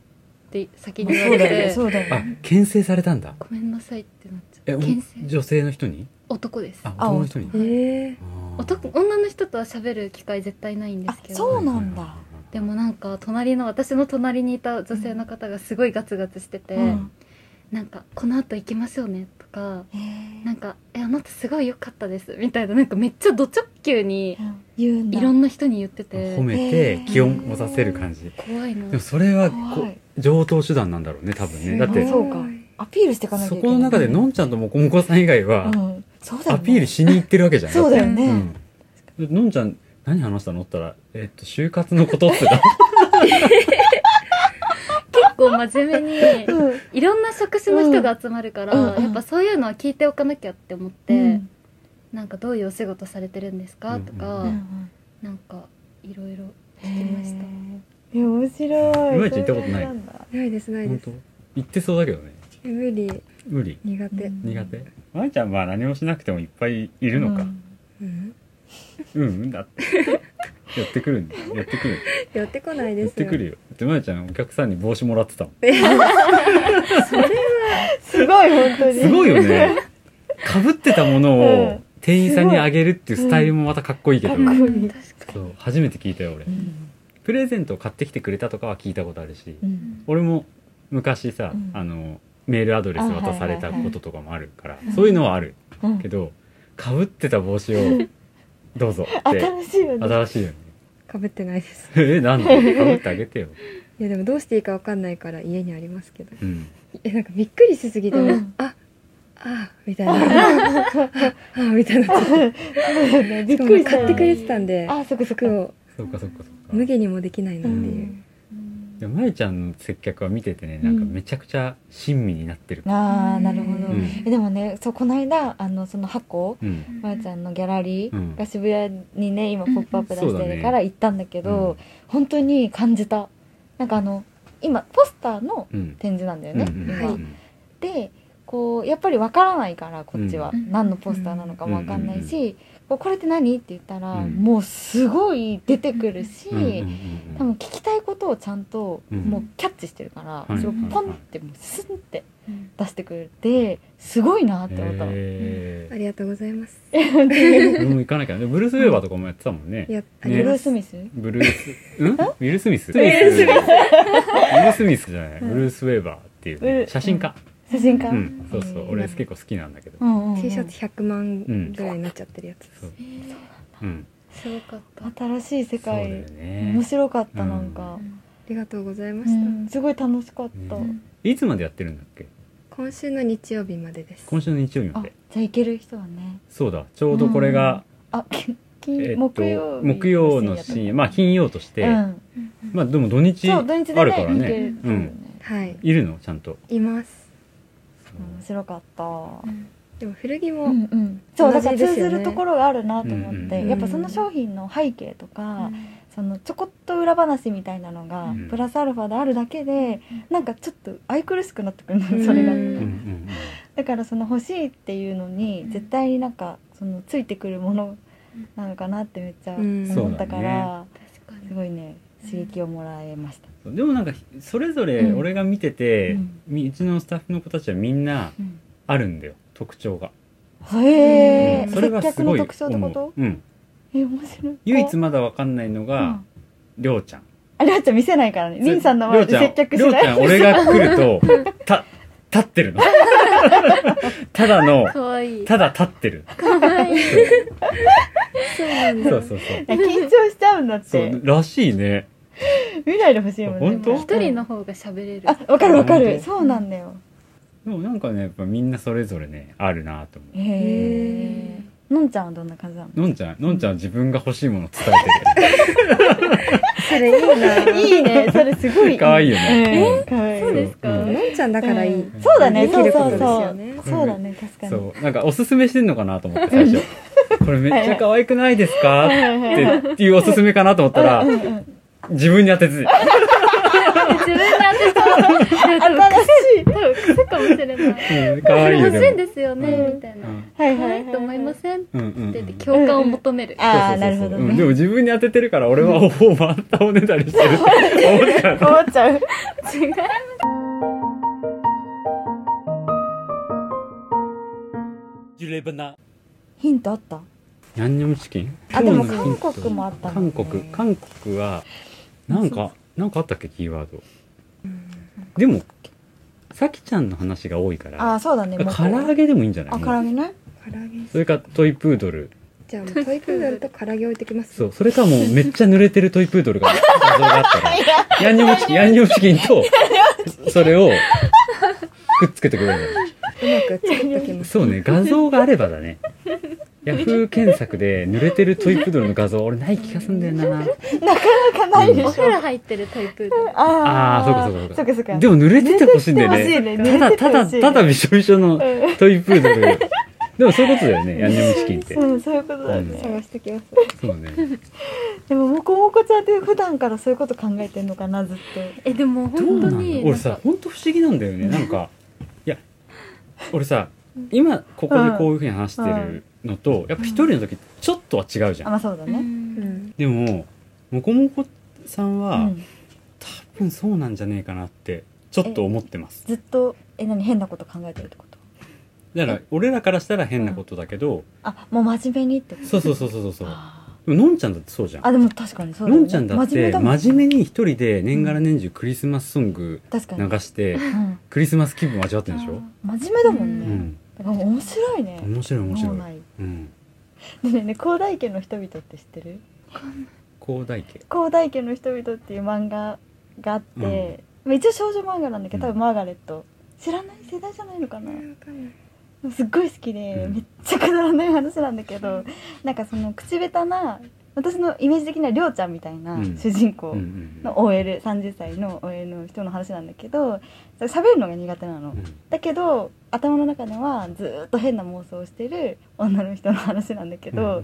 Speaker 4: て先に言わ
Speaker 3: そう
Speaker 4: れ
Speaker 3: だよね
Speaker 4: て
Speaker 3: そうだよ
Speaker 1: あ
Speaker 3: ね
Speaker 1: 牽制されたんだ
Speaker 4: ごめんなさいってなっち
Speaker 1: え
Speaker 4: ゃ
Speaker 1: お
Speaker 4: う牽制
Speaker 1: 女性の人に
Speaker 4: 男です
Speaker 1: あ
Speaker 3: あ
Speaker 1: 男の人に
Speaker 3: 男
Speaker 2: ええ
Speaker 1: あー
Speaker 4: 男女の人とは喋る機会絶対ないんですけ
Speaker 3: あ
Speaker 4: ど
Speaker 3: そうなんだ
Speaker 4: でもなんか隣の私の隣にいた女性の方がすごいガツガツしてて、
Speaker 3: うん
Speaker 4: なんか「この後行きましょうね」とか
Speaker 3: へ
Speaker 4: 「
Speaker 3: ー
Speaker 4: なんかえあなたすごい良かったです」みたいななんかめっちゃド直球に
Speaker 3: うん言うんだ
Speaker 4: いろんな人に言ってて
Speaker 1: 褒めて
Speaker 3: えー
Speaker 1: 気温持たせる感じ
Speaker 4: 怖いな
Speaker 1: でもそれはこ
Speaker 3: 怖いう
Speaker 1: 上等手段なんだろうね多分ねだっ
Speaker 3: す
Speaker 1: て
Speaker 3: ごいそうかアピールしていかなきゃい
Speaker 1: そ
Speaker 3: けない
Speaker 1: この中でのんちゃんともこもこさん以外は
Speaker 3: うんそうだよ
Speaker 1: ア
Speaker 3: ね
Speaker 1: ピールしに行ってるわけじゃん
Speaker 3: そうだよね、
Speaker 1: うん、のんちゃん何話したのって言ったら「えっと就活のこと」
Speaker 3: *laughs*
Speaker 1: って言っ
Speaker 4: 結構真面目
Speaker 3: *laughs*
Speaker 4: に
Speaker 3: うん
Speaker 4: いろんな職種の人が集まるから、
Speaker 3: うんうん
Speaker 4: やっぱそういうのは聞いておかなきゃって思って、
Speaker 3: うん
Speaker 4: なんかどういうお仕事されてるんですかとか、
Speaker 1: うん
Speaker 3: うん
Speaker 4: なんかいろいろ
Speaker 3: へ
Speaker 4: 聞きました
Speaker 3: ーえ面白い
Speaker 1: いまいち行ったことない
Speaker 3: そううんだ
Speaker 2: ないですな
Speaker 1: た
Speaker 2: い
Speaker 1: 本
Speaker 2: です
Speaker 1: 当言ってそうだけどね
Speaker 2: 無理
Speaker 1: 無理
Speaker 2: 苦手
Speaker 3: うん
Speaker 1: 苦手まいちゃんは何もしなくてもいっぱいいるのか
Speaker 2: うん
Speaker 1: うんうんだって *laughs* やってくるんだやってくる
Speaker 2: 寄ってこない
Speaker 1: や
Speaker 2: で
Speaker 1: っ
Speaker 2: す
Speaker 1: て
Speaker 2: よ
Speaker 1: くるよだってまいちゃんお客さんに帽子もらってたもん
Speaker 3: すごい本当に
Speaker 1: すごいよねかぶってたもの
Speaker 3: う
Speaker 1: を
Speaker 3: ん
Speaker 1: 店員さんにあげるっていうスタイルもまたかっこいいけど、
Speaker 3: うんかっこいい
Speaker 4: うん確か
Speaker 1: そう初めて聞いたよ俺、
Speaker 3: うん
Speaker 1: プレゼントを買ってきてくれたとかは聞いたことあるし、
Speaker 3: うん
Speaker 1: 俺も昔さ、
Speaker 3: うん
Speaker 1: あのメールアドレス渡された
Speaker 3: あはいはいはい
Speaker 1: こととかもあるから、そういうのはある
Speaker 3: うん
Speaker 1: けどかぶってた帽子をどうぞ
Speaker 3: *laughs*
Speaker 1: って
Speaker 3: 新しいよね
Speaker 1: 新しいよね
Speaker 2: かぶってないです
Speaker 1: えなんでかぶってあげてよ、
Speaker 2: いやでもどうしていいかわかんないから家にありますけど
Speaker 1: うん、
Speaker 2: えなんかびっくりしすぎて、
Speaker 3: うん
Speaker 2: ああみたいな
Speaker 3: *laughs*
Speaker 2: あみたいな
Speaker 3: ねび
Speaker 2: し
Speaker 3: っ
Speaker 2: か
Speaker 3: く
Speaker 2: も
Speaker 3: りし
Speaker 2: 買
Speaker 3: た
Speaker 2: ってくれてた
Speaker 3: ん
Speaker 2: んで
Speaker 3: あそっかそっか
Speaker 2: 服を
Speaker 1: そうかそうかそうか
Speaker 2: 無限にもできないなっていううん
Speaker 4: うん
Speaker 1: でもまゆちゃんの接客は見ててねなんかめちゃくちゃ親身になってる
Speaker 3: ああなるほど、
Speaker 1: うん
Speaker 3: えでもねそうこの間あのその箱
Speaker 1: うん
Speaker 3: まやちゃんのギャラリ
Speaker 1: うん
Speaker 3: ーが渋谷にね今「ポップアップ出
Speaker 1: そう
Speaker 3: し
Speaker 1: だ
Speaker 3: て
Speaker 1: ね
Speaker 3: るから行ったんだけ
Speaker 1: う
Speaker 3: ど、
Speaker 1: ん
Speaker 3: 本当に感じたなんかあの今ポスターの
Speaker 1: うん
Speaker 3: 展示なんだよ
Speaker 1: うんう
Speaker 3: ね、
Speaker 1: ん
Speaker 3: 今、
Speaker 1: うん
Speaker 3: でこうやっぱりわからないからこっちは、
Speaker 4: うん
Speaker 3: 何のポスターなのかもわかんないし、こうこれって何って言ったら、
Speaker 1: うん
Speaker 3: もうすごい出てくるし、
Speaker 1: うんうんうん
Speaker 3: 多分聞きたいことをちゃんと
Speaker 1: うん
Speaker 3: もうキャッチしてるから、
Speaker 1: はい
Speaker 3: それをポンってもうスンって
Speaker 4: うん
Speaker 3: 出してくれてすごいなって思ったの、
Speaker 1: へ
Speaker 2: ありがとうございます
Speaker 1: ー俺も行かなきゃねブルース・ウェーバーとかもやってたもんね
Speaker 2: いやあ
Speaker 1: ね
Speaker 2: り
Speaker 3: ブルー
Speaker 2: ま
Speaker 3: ス・
Speaker 2: す、
Speaker 3: ミス
Speaker 1: ブルース、んウィル・スミスウ
Speaker 3: ィルスミ
Speaker 1: ウ
Speaker 3: ス
Speaker 1: ィル・スミスじゃない、
Speaker 3: うん
Speaker 1: ブルース・ウェーバーっていう
Speaker 3: ブ
Speaker 1: ね、
Speaker 3: ル
Speaker 1: 写真家。
Speaker 3: 写真家、
Speaker 1: う、
Speaker 3: うん
Speaker 1: そうそうう、
Speaker 3: ん
Speaker 1: 俺結構好きなんだけど。
Speaker 3: んうんうん
Speaker 2: T シャツ100万ぐらいになっちゃってるやつ、
Speaker 1: そう
Speaker 4: えー
Speaker 1: うん。
Speaker 4: すごかった
Speaker 3: 新しい
Speaker 1: そ
Speaker 3: 世
Speaker 1: うだ
Speaker 3: 界、
Speaker 1: よね
Speaker 3: 面。白かった
Speaker 1: うん
Speaker 3: なんか、
Speaker 2: ありがとうございま
Speaker 3: う
Speaker 2: した、
Speaker 3: んすごい楽しかった、
Speaker 1: うんいつまでやってるんだっけ
Speaker 2: 今週の日曜日までです
Speaker 1: 今週の日曜日ま
Speaker 3: あ
Speaker 1: で。
Speaker 3: じゃあいける人はね
Speaker 1: そうだ、ちょうどこれが、
Speaker 3: あき金、
Speaker 1: えっ
Speaker 3: 木
Speaker 1: と
Speaker 3: 曜、日
Speaker 1: 木曜の深夜、まあ金曜として、
Speaker 3: うん、
Speaker 1: まあでも土日
Speaker 3: そう土日でね
Speaker 1: あるから
Speaker 3: いけ
Speaker 1: ね。
Speaker 3: る
Speaker 1: うん
Speaker 2: はい
Speaker 1: いるのちゃんと。
Speaker 2: います
Speaker 3: 面白かった、
Speaker 2: でも古着
Speaker 3: う
Speaker 2: も
Speaker 3: んうん、そうだ
Speaker 2: 同じ
Speaker 3: か
Speaker 2: で
Speaker 3: ら
Speaker 2: すよね
Speaker 3: 通ずるところがあるなと思っ
Speaker 1: う
Speaker 3: て、
Speaker 1: んうん
Speaker 3: やっぱその商品の背景とか、
Speaker 4: う
Speaker 3: そのちょこっと裏話みたいなのが、
Speaker 1: うん
Speaker 3: プラスアルファであるだけで
Speaker 4: うん
Speaker 3: なんかちょっと愛くるしくなってくるのそれが、
Speaker 1: う
Speaker 2: う
Speaker 1: んんうん
Speaker 3: だからその欲しいっていうのに
Speaker 4: うん
Speaker 3: 絶対になんかそのついてくるものなのかなってめっちゃ思ったから、
Speaker 4: 確か
Speaker 3: す
Speaker 4: に
Speaker 3: ごいね刺激をもらえました。
Speaker 1: うん。でもなんか、それぞれ俺が見てて、
Speaker 3: うん
Speaker 1: みうちのスタッフの子たちはみんな
Speaker 3: うん
Speaker 1: あるんだよ、特徴が。
Speaker 3: へえ、
Speaker 1: それが
Speaker 3: 接
Speaker 1: す
Speaker 3: 客
Speaker 1: ご
Speaker 3: の
Speaker 1: い
Speaker 3: 特徴ってこ
Speaker 1: 思
Speaker 3: と
Speaker 1: ううん、
Speaker 3: え面白い
Speaker 1: 唯一まだわかんないのが、
Speaker 3: うん
Speaker 1: りょうちゃん
Speaker 3: ありょうちゃん見せないからねりんさんの
Speaker 1: りょう
Speaker 3: 前
Speaker 1: ち
Speaker 3: で
Speaker 1: ゃ
Speaker 3: 接客
Speaker 1: りょ
Speaker 3: し
Speaker 1: う
Speaker 3: な
Speaker 1: ちゃ
Speaker 3: い
Speaker 1: ん俺が来ると
Speaker 3: *laughs*
Speaker 1: た立ってるのただの
Speaker 4: かわいい
Speaker 1: ただ立ってる
Speaker 2: そうなんだ
Speaker 1: そうそうそう
Speaker 3: いや緊張しちゃうんだっ
Speaker 1: そ
Speaker 3: て
Speaker 1: うらしいね
Speaker 3: 見ないでほしいもんね
Speaker 1: 本当
Speaker 3: もう
Speaker 4: 一人の方が喋れる
Speaker 3: あわかるわか
Speaker 1: 本
Speaker 3: る
Speaker 1: 当
Speaker 3: そうなんだよ
Speaker 1: でもなんかねやっぱみんなそれぞれねあるなと思
Speaker 3: へえのんちゃんはどんな感じなの
Speaker 1: うのんちゃんのんちゃんは自分が欲しいもの伝えてる
Speaker 2: それいいな
Speaker 3: いいねそれす
Speaker 1: *laughs*
Speaker 3: ごい
Speaker 1: 可愛いよね
Speaker 3: うんかわいい
Speaker 4: そうですか、
Speaker 1: うん
Speaker 2: のんちゃんだからいい、
Speaker 3: うんそうだね
Speaker 2: で
Speaker 3: そ
Speaker 2: き
Speaker 3: う
Speaker 2: ること
Speaker 3: そう
Speaker 2: です
Speaker 3: そ
Speaker 2: よ
Speaker 3: う
Speaker 2: ね
Speaker 3: そうだね確かに
Speaker 1: そうなんかおすすめしてんのかなと思って最初 *laughs* これめっちゃ可愛くないですか
Speaker 3: はいはいはい
Speaker 1: ってっていうおすすめかなと思ったら
Speaker 3: うんうん
Speaker 1: 自分に当てつい
Speaker 4: 自分で当てそう多分
Speaker 3: 新しい
Speaker 4: 多分癖かもしれない
Speaker 1: うん可愛いよ
Speaker 4: 欲しいん
Speaker 1: で
Speaker 4: ですよね
Speaker 3: うん
Speaker 4: みたいな
Speaker 1: も
Speaker 3: はい
Speaker 4: 可
Speaker 3: はい
Speaker 4: 愛いと思いませんって
Speaker 1: うんうんうんうん
Speaker 4: 言って共感を求める
Speaker 1: そうそうそ
Speaker 3: あ
Speaker 1: う
Speaker 3: あなるほど
Speaker 1: うんでも
Speaker 3: ね
Speaker 1: 自分に当ててるから俺はおおまたおねだりしてるって思っち *laughs* ゃう
Speaker 3: *laughs* 思っちゃう
Speaker 4: 違う
Speaker 3: ヒントあった
Speaker 1: ヤンニョムチキン
Speaker 3: あでも
Speaker 1: 今日のヒント
Speaker 3: 韓国もあったもん
Speaker 1: 韓
Speaker 3: ね
Speaker 1: 国韓国はなんかなんかあったっけキーワードでもさきちゃんの話が多いか
Speaker 3: あ
Speaker 1: ら
Speaker 3: あそうだねもう
Speaker 1: 唐揚げでもいいんじゃない
Speaker 3: あ唐揚げね
Speaker 2: 唐揚げ
Speaker 1: それかトイプードル
Speaker 2: じゃあもうトイプードルと唐揚げ置いてきます
Speaker 1: そうそれかもうめっちゃ濡れてるトイプードルが画像があったら
Speaker 3: *laughs*
Speaker 1: ヤンニョムチキンヤンニョムチキンとそれをくっつけてくれるんだよ
Speaker 2: うまく作っときます
Speaker 1: そうね画像があればだねヤフー検索で濡れてるトイプードルの画像俺ない気がすんだよな
Speaker 3: なかないで
Speaker 4: お
Speaker 3: し
Speaker 4: 風
Speaker 3: ょ
Speaker 4: 呂入ってるタイプ
Speaker 3: あ
Speaker 1: あーそうかそうかそうか
Speaker 3: そうかそうか
Speaker 1: でも濡れててほしいんだよ
Speaker 3: 欲しい
Speaker 1: ね
Speaker 3: ね
Speaker 1: ただただただびしょびしょの
Speaker 3: う
Speaker 1: トイプー
Speaker 3: *laughs*
Speaker 1: ドルでもそういうことだよねヤンニョムチキンって
Speaker 3: うんそういうことだね
Speaker 2: 探してきます
Speaker 1: そうね
Speaker 3: でももこもこちゃんって普段からそういうこと考えてんのかなずっと
Speaker 4: えでも
Speaker 1: ど
Speaker 4: 本
Speaker 1: う
Speaker 4: 当
Speaker 1: なの
Speaker 4: に
Speaker 1: 俺さ本当不思議なんだよねなんかいや俺さ今ここでこういうふうに話してるのとやっぱ一人の時ちょっとは違うじ
Speaker 3: あ
Speaker 1: ゃ
Speaker 3: ま
Speaker 1: ん
Speaker 3: あそうだ
Speaker 4: なんか
Speaker 2: う
Speaker 3: ね
Speaker 4: う
Speaker 2: んん
Speaker 1: でももこもこさん
Speaker 3: う
Speaker 1: は、
Speaker 3: ん
Speaker 1: 多分そうなんじゃねえかなってちょっと思ってます
Speaker 3: ずっとえ何変なこと考えてるってこと
Speaker 1: だから俺らからしたら変なことだけど、
Speaker 3: あもう真面目にってこと
Speaker 1: そうそうそうそうそう
Speaker 3: あ
Speaker 1: でものんちゃんだってそうじゃん
Speaker 3: ーあでも確かにそうだ
Speaker 1: の
Speaker 3: ね
Speaker 1: んちゃんだっ
Speaker 3: 真面目
Speaker 1: て
Speaker 3: だもん
Speaker 1: 真面目に一人で年がら年中クリスマスソング
Speaker 3: 確かに、
Speaker 1: 流
Speaker 3: うん、
Speaker 1: して
Speaker 3: 真
Speaker 1: クリスマス気分味わってるんでしょ
Speaker 3: 面目だもん
Speaker 1: う
Speaker 3: ね、
Speaker 1: ん
Speaker 3: だから面白いね
Speaker 1: 面白い面白
Speaker 3: 脳
Speaker 1: い
Speaker 3: 内
Speaker 1: うん
Speaker 3: でねね高大家の人々って知ってる
Speaker 1: 広大家
Speaker 3: 高大家の人々っていう漫画があって、まあ一応少女漫画なんだけど多分マーガレット知らない世代じゃないのかな
Speaker 2: わかんない
Speaker 3: すっごい好きで、
Speaker 1: うん
Speaker 3: めっちゃくだらない話なんだけどなんかその口下手な私のイメージ的にはりょうちゃんみたいな
Speaker 1: うん
Speaker 3: 主人
Speaker 1: うんう
Speaker 3: 公
Speaker 1: ん
Speaker 3: の OL30 歳の OL の人の話なんだけど喋るのが苦手なの
Speaker 1: うん
Speaker 3: だけど頭の中ではずーっと変な妄想をしてる女の人の話なんだけど、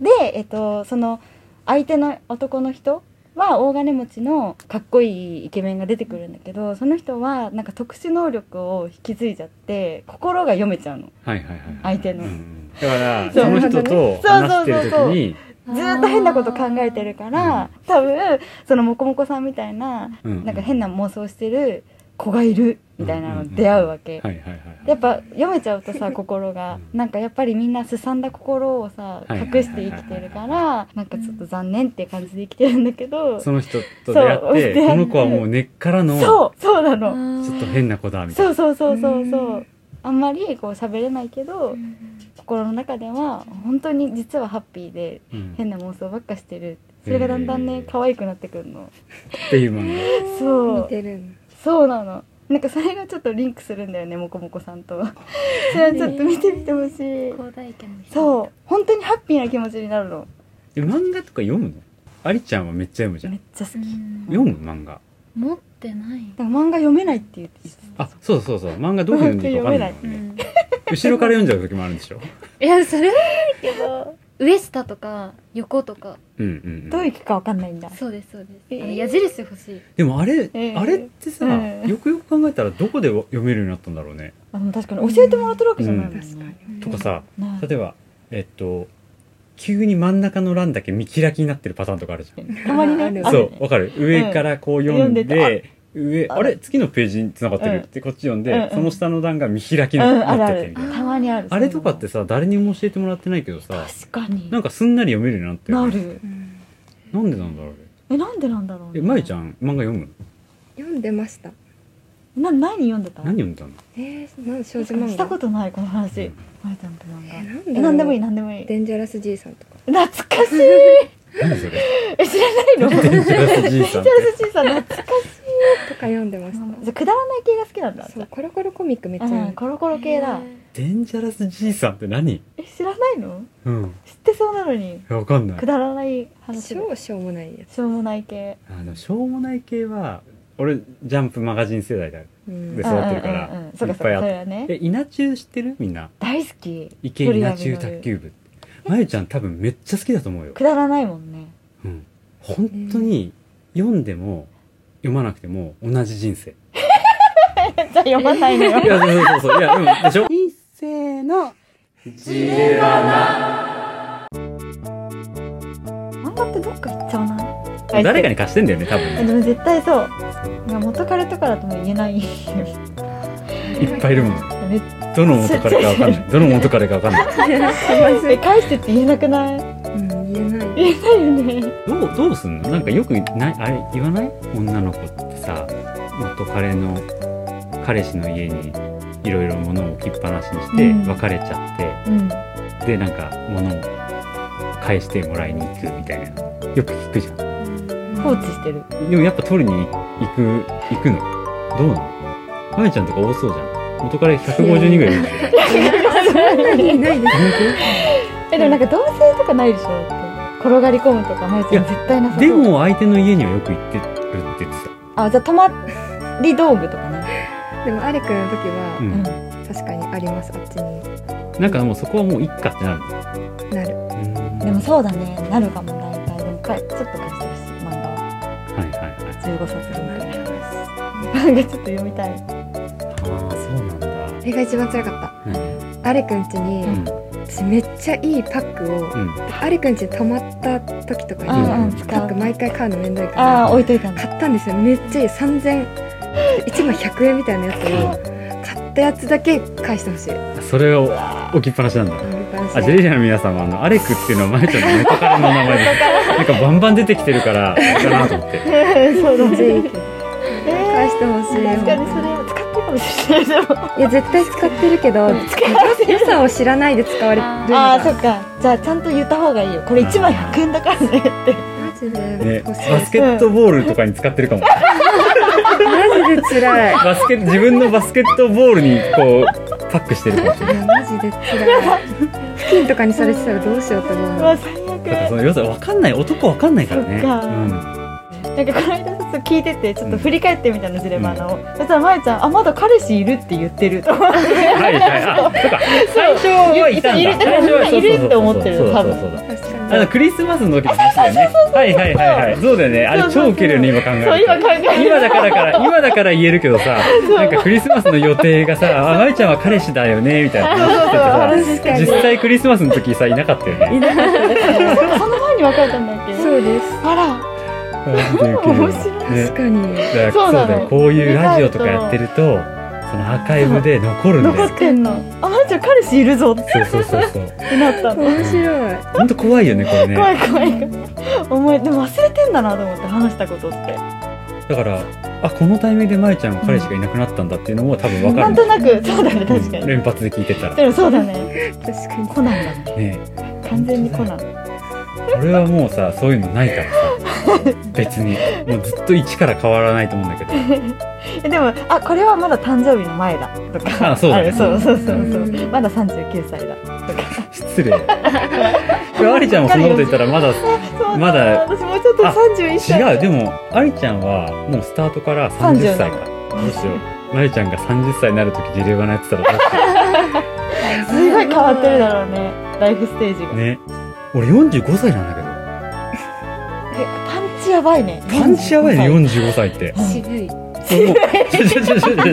Speaker 3: で、えっと、その相手の男の人は大金持ちのかっこいいイケメンが出てくるんだけどその人はなんか特殊能力を引き継いじゃって心が読めちゃうの
Speaker 1: はいはいはいはい
Speaker 3: 相手の
Speaker 1: うんうんだから
Speaker 3: *laughs* そう
Speaker 1: その人と話してる時
Speaker 3: そうそうそう
Speaker 1: に
Speaker 3: ずーっと変なこと考えてるから多分そのモコモコさんみたいな
Speaker 1: うん
Speaker 3: なんか変な妄想してる子がいるみたいなのに出会うわけ
Speaker 1: はいはいはいはい
Speaker 3: やっぱ読めちゃうと
Speaker 1: *laughs*
Speaker 3: さ心が
Speaker 1: うん
Speaker 3: なんかやっぱりみんなすさんだ心をさ
Speaker 1: はいはいはいはい
Speaker 3: 隠して生きてるからなんかちょっと残念っていう感じで生きてるんだけど
Speaker 1: その人と出会
Speaker 3: そう
Speaker 1: って
Speaker 3: 出会って
Speaker 1: この子はもう根っからのちょ
Speaker 3: そうそうなの
Speaker 1: っ
Speaker 4: っ
Speaker 1: と変な子だみたい
Speaker 3: そ
Speaker 1: な
Speaker 3: うそうそうそうそううんあんまりこう喋れないけど心の中では本当に実はハッピーで
Speaker 1: うん
Speaker 3: 変な妄想ばっかしてるそれがだんだん
Speaker 1: へ
Speaker 3: ね
Speaker 1: ー
Speaker 3: 可愛くなってくるの
Speaker 1: っていう漫
Speaker 3: そ
Speaker 2: 似
Speaker 3: う
Speaker 2: てるん
Speaker 3: そうなのなんかそれがちょっとリンクするんだよねもこもこさんとそれはちょっと見てみてほしい
Speaker 4: 広大家の人
Speaker 3: そう本当にハッピーな気持ちになるの
Speaker 1: 画で漫画とか読むのありちゃんはめっちゃ読むじゃ
Speaker 3: め
Speaker 1: ん
Speaker 3: っちゃ好き
Speaker 4: う
Speaker 3: なん
Speaker 1: 読む漫画
Speaker 4: 持ってない
Speaker 3: んか漫画読めないって言って
Speaker 1: あそうそうそう漫画どう読んでいいか分かん
Speaker 3: *laughs*
Speaker 1: ないもん
Speaker 4: う
Speaker 1: ね
Speaker 4: ん
Speaker 1: 後ろから読んじゃう時もあるんでしょ
Speaker 4: いやそれはいいけど上下とか横とか
Speaker 1: うんうん
Speaker 3: どう
Speaker 1: う
Speaker 3: い
Speaker 1: ん
Speaker 3: う気かわかんないんだ
Speaker 4: そうですそうです、
Speaker 3: えー
Speaker 4: あの矢印欲しい
Speaker 1: でもあれ
Speaker 3: ー
Speaker 1: あれってさ
Speaker 3: うん
Speaker 1: よくよく考えたらどこで読めるようになったんだろうね
Speaker 3: あの確かに教えてもらってるわけじゃないもんね、
Speaker 2: 確かに
Speaker 1: とかさ
Speaker 3: なあ
Speaker 1: 例えばえっと急に真ん中の欄だけ見開きになってるパターンとかあるじゃん
Speaker 3: たまにね
Speaker 2: ある
Speaker 3: あ
Speaker 1: そ
Speaker 3: るね
Speaker 1: うわかる上からこう読んで,、
Speaker 3: うん読ん
Speaker 1: 上
Speaker 3: あ
Speaker 1: あれ次のページに繋がって
Speaker 3: うん
Speaker 1: るってこっち読んで、
Speaker 3: うんうん
Speaker 1: その下の段が見開き
Speaker 3: う
Speaker 1: に
Speaker 3: ん
Speaker 1: な
Speaker 3: ある
Speaker 1: っ
Speaker 3: あ
Speaker 1: てて
Speaker 3: る
Speaker 1: みたいな、
Speaker 3: たまにある
Speaker 1: あれとかってさ誰にも教えてもらってないけどさ
Speaker 3: 確かに
Speaker 1: なんかすんなり読めるようになって
Speaker 3: なる
Speaker 2: うん
Speaker 1: なんでなんだろう
Speaker 3: えなんでなんだろう
Speaker 1: えまゆちゃ
Speaker 3: ん
Speaker 1: ん漫画読むの
Speaker 2: 読んでました
Speaker 3: な何読んでた
Speaker 1: 何読んだの
Speaker 2: えー、なん少女漫画
Speaker 3: したことないこの話
Speaker 1: うん
Speaker 3: まゆちゃんと漫
Speaker 2: え
Speaker 3: 画
Speaker 2: なんだろ
Speaker 3: え
Speaker 2: う
Speaker 3: 何でもいい何でもいい
Speaker 2: デンジャラスじいさんとか
Speaker 3: 懐か
Speaker 2: *laughs*
Speaker 3: しい
Speaker 1: 何そ *laughs* れ
Speaker 3: え知らないの
Speaker 1: デンジャラスじいさんって
Speaker 3: ジさん懐かしい
Speaker 2: とか読んでました
Speaker 3: じゃあくだらない系が好きなんだ
Speaker 2: そうコロコロコミックめっちゃ
Speaker 3: う
Speaker 2: 読
Speaker 3: ん
Speaker 2: んで
Speaker 3: コロコロ系だ
Speaker 1: デンジャラスじいさんって何
Speaker 3: え知らないの
Speaker 1: うん
Speaker 3: 知ってそうなのに
Speaker 1: いやわかんない
Speaker 3: くだらない
Speaker 2: た
Speaker 3: 話だ
Speaker 2: 超しょうもないやつ
Speaker 3: しょうもない系
Speaker 1: あのしょうもない系は俺ジャンプマガジン世代だよ
Speaker 2: うん
Speaker 1: で育ってるから
Speaker 3: うんうんうんそうかそう
Speaker 1: いっぱい
Speaker 3: か
Speaker 1: あっ
Speaker 3: そ
Speaker 1: て
Speaker 3: れはね
Speaker 1: え稲中知ってるみんな
Speaker 3: 大好き
Speaker 1: 池稲中卓球部まゆちゃん多分めっちゃ好きだと思うよ
Speaker 3: く、だらないもんね
Speaker 1: うん、本当に読んでも読まなくても同じ人 *laughs* 生
Speaker 3: じゃあ読まないのよ *laughs*
Speaker 1: いやそうそうそういやでもでしょ
Speaker 5: 一せーの
Speaker 3: 漫画ってどっか行っちゃうな
Speaker 1: 誰かに貸してんだよね多分
Speaker 3: え
Speaker 1: ね
Speaker 3: でも絶対そういや元彼とかだとも言えないめ
Speaker 1: いっぱいいるもん
Speaker 3: っ
Speaker 1: どの元彼かわかんないどの元彼かわかん
Speaker 2: *laughs*
Speaker 1: ない
Speaker 3: ちゃ返してって *laughs* 言えなくない
Speaker 2: うん言えない
Speaker 3: 言えないよね
Speaker 1: どうどうすんのなんかよくないあれ言わない女の子ってさ元彼の彼氏の家にいろいろ物を置きっぱなしにして
Speaker 3: うん
Speaker 1: 別れちゃって、
Speaker 3: うん
Speaker 1: でなんか物を返してもらいに行くみたいなよく聞くじゃん
Speaker 3: 放置してる
Speaker 1: でもやっぱ取りに行く行くのどうなのまゆちゃんとか多そうじゃん元彼150人ぐらいいる
Speaker 3: *laughs*
Speaker 1: でし
Speaker 2: そんなにいないです
Speaker 3: えでもなんか同性とかないでしょだって転がり込むとかない
Speaker 1: い
Speaker 3: じ
Speaker 1: や
Speaker 3: ゃん絶対なさ
Speaker 1: ょ
Speaker 3: そう
Speaker 1: でも相手の家にはよく行ってるって言ってた
Speaker 3: あじゃあ泊まり道具とかね
Speaker 2: でもアレクの時
Speaker 1: う
Speaker 2: は
Speaker 1: ん、
Speaker 2: 確かにありますあっちに
Speaker 1: なんかもうそこはもういっかってなる
Speaker 2: なる
Speaker 1: うん
Speaker 3: でもそうだねなるかも大体でもかちょっと貸してほしい漫画は
Speaker 1: はいはいはい
Speaker 3: 15冊
Speaker 2: そ
Speaker 3: ぐ
Speaker 2: う
Speaker 3: ら
Speaker 2: ないります
Speaker 3: 漫画ちょっと読みたい
Speaker 1: ああそうなんだ。
Speaker 2: あれが一番辛か
Speaker 1: うん
Speaker 2: ったアレクん家に、
Speaker 1: うん
Speaker 2: 私めっちゃいいパックを
Speaker 1: うん
Speaker 2: アレクん家に泊まった時とかに、
Speaker 1: うんうん
Speaker 2: パック毎回買うのめんどいか
Speaker 3: あ
Speaker 2: ら
Speaker 3: あ置いといたんだ
Speaker 2: 買ったんですよめっちゃいい3000一枚100円みたいなやつを買ったやつだけ返してほしい
Speaker 1: それを置きっぱなしなんだ。あ
Speaker 2: あ
Speaker 1: ジェリージャーの皆様あのアレクっていうのはまゆちゃんの元からの名前です。なんかバンバン出てきてるからかなと思って。
Speaker 3: そうだね
Speaker 2: 返
Speaker 3: え
Speaker 2: してほしい
Speaker 3: ー、確かにそれ使ってるかもしれないでも
Speaker 2: いや絶対使ってるけど良さを知らないで使われるのが
Speaker 3: ああそっかじゃあちゃんと言った方がいいよこれ1枚100円だからねって
Speaker 2: マジで
Speaker 1: ね、
Speaker 2: 欲しい
Speaker 1: バスケットボールとかに使ってるかも。
Speaker 2: マジで辛い
Speaker 1: バスケ自分のバスケットボールにこうパックしてるかもしれない。
Speaker 2: いやマジ *laughs* 付近とかにされてたらどうしようと
Speaker 3: う
Speaker 2: 思
Speaker 3: わ
Speaker 2: う
Speaker 3: 最
Speaker 1: だからその
Speaker 3: 悪
Speaker 1: 要するに分かんない男分かんないからね
Speaker 3: そっかなんかこの間さ聞いててちょっと振り返ってみたのジレバーナを、そしたらまゆちゃん「あまだ彼氏いる」って言ってると思って
Speaker 1: うん、はいはいあそうか最初はいたんだ最初はそうそうそうそう
Speaker 3: いるって思ってる
Speaker 1: そうそうそう
Speaker 3: 多
Speaker 1: そうだ
Speaker 2: 確
Speaker 1: あ
Speaker 2: か
Speaker 1: のクリスマスの時の話だよねはいはいはいはいそうだよねあ
Speaker 3: そう
Speaker 1: れ
Speaker 3: そうそう
Speaker 1: 超ウケるよね今考えると
Speaker 3: そう今考える
Speaker 1: 今だからから今だから言えるけどさなんかクリスマスの予定がさ「あまゆちゃんは彼氏だよね」みたいな話しててさ
Speaker 2: そうそうそう
Speaker 1: 実際クリスマスの時さいなかったよ
Speaker 3: *laughs*
Speaker 1: ね
Speaker 3: その前に別れたんだっけ
Speaker 2: にそうです
Speaker 3: あら
Speaker 1: 面白ね
Speaker 2: 確かに
Speaker 1: だから
Speaker 3: そうなの
Speaker 1: そうだよこういうラジオとかやってるとそのアーカイブで残るんだ
Speaker 3: 残
Speaker 1: よ
Speaker 3: ってんのあまゆちゃん彼氏いるぞっ
Speaker 1: そうそうそうそう
Speaker 3: てなったの
Speaker 2: 面白い
Speaker 1: 本当怖いよねこれね
Speaker 3: 怖い怖い思いでも忘れてんだなと思って話したことって
Speaker 1: だからあこのタイミングでまゆちゃんは彼氏がいなくなったんだっていうのも多分分か
Speaker 3: な
Speaker 1: る
Speaker 3: ん
Speaker 1: ん
Speaker 3: と
Speaker 1: だ
Speaker 3: なくそうだね確か
Speaker 1: うん
Speaker 3: に
Speaker 1: 連発で聞いてたら
Speaker 3: でもそうだね
Speaker 2: 確かに
Speaker 3: コナンだね
Speaker 1: ね
Speaker 3: 完全にコナン
Speaker 1: 俺はもうさそういうのないからさ別にもうずっと一から変わらないと思うんだけど
Speaker 3: えでもあこれはまだ誕生日の前だとか
Speaker 1: あそうだね
Speaker 3: るそうそうそうそ
Speaker 2: う
Speaker 3: う
Speaker 2: ん
Speaker 3: まだ39歳だ
Speaker 1: 失礼ありちゃんもそんなこと言ったらまだ
Speaker 3: そう
Speaker 1: まだ
Speaker 3: 私もうちょっと
Speaker 1: あ
Speaker 3: 31歳
Speaker 1: 違うでもありちゃんはもうスタートから30歳かどうしようまりちゃんが30歳になる時ジレバナやってたらどうしよ
Speaker 3: すごい変わってるだろうねライフステージが、
Speaker 1: うね俺45歳なんだけど
Speaker 3: えパンチやばいね
Speaker 1: パンチやばいね45歳って
Speaker 4: 渋い
Speaker 1: もうちょちょちょちょちょ
Speaker 3: 45歳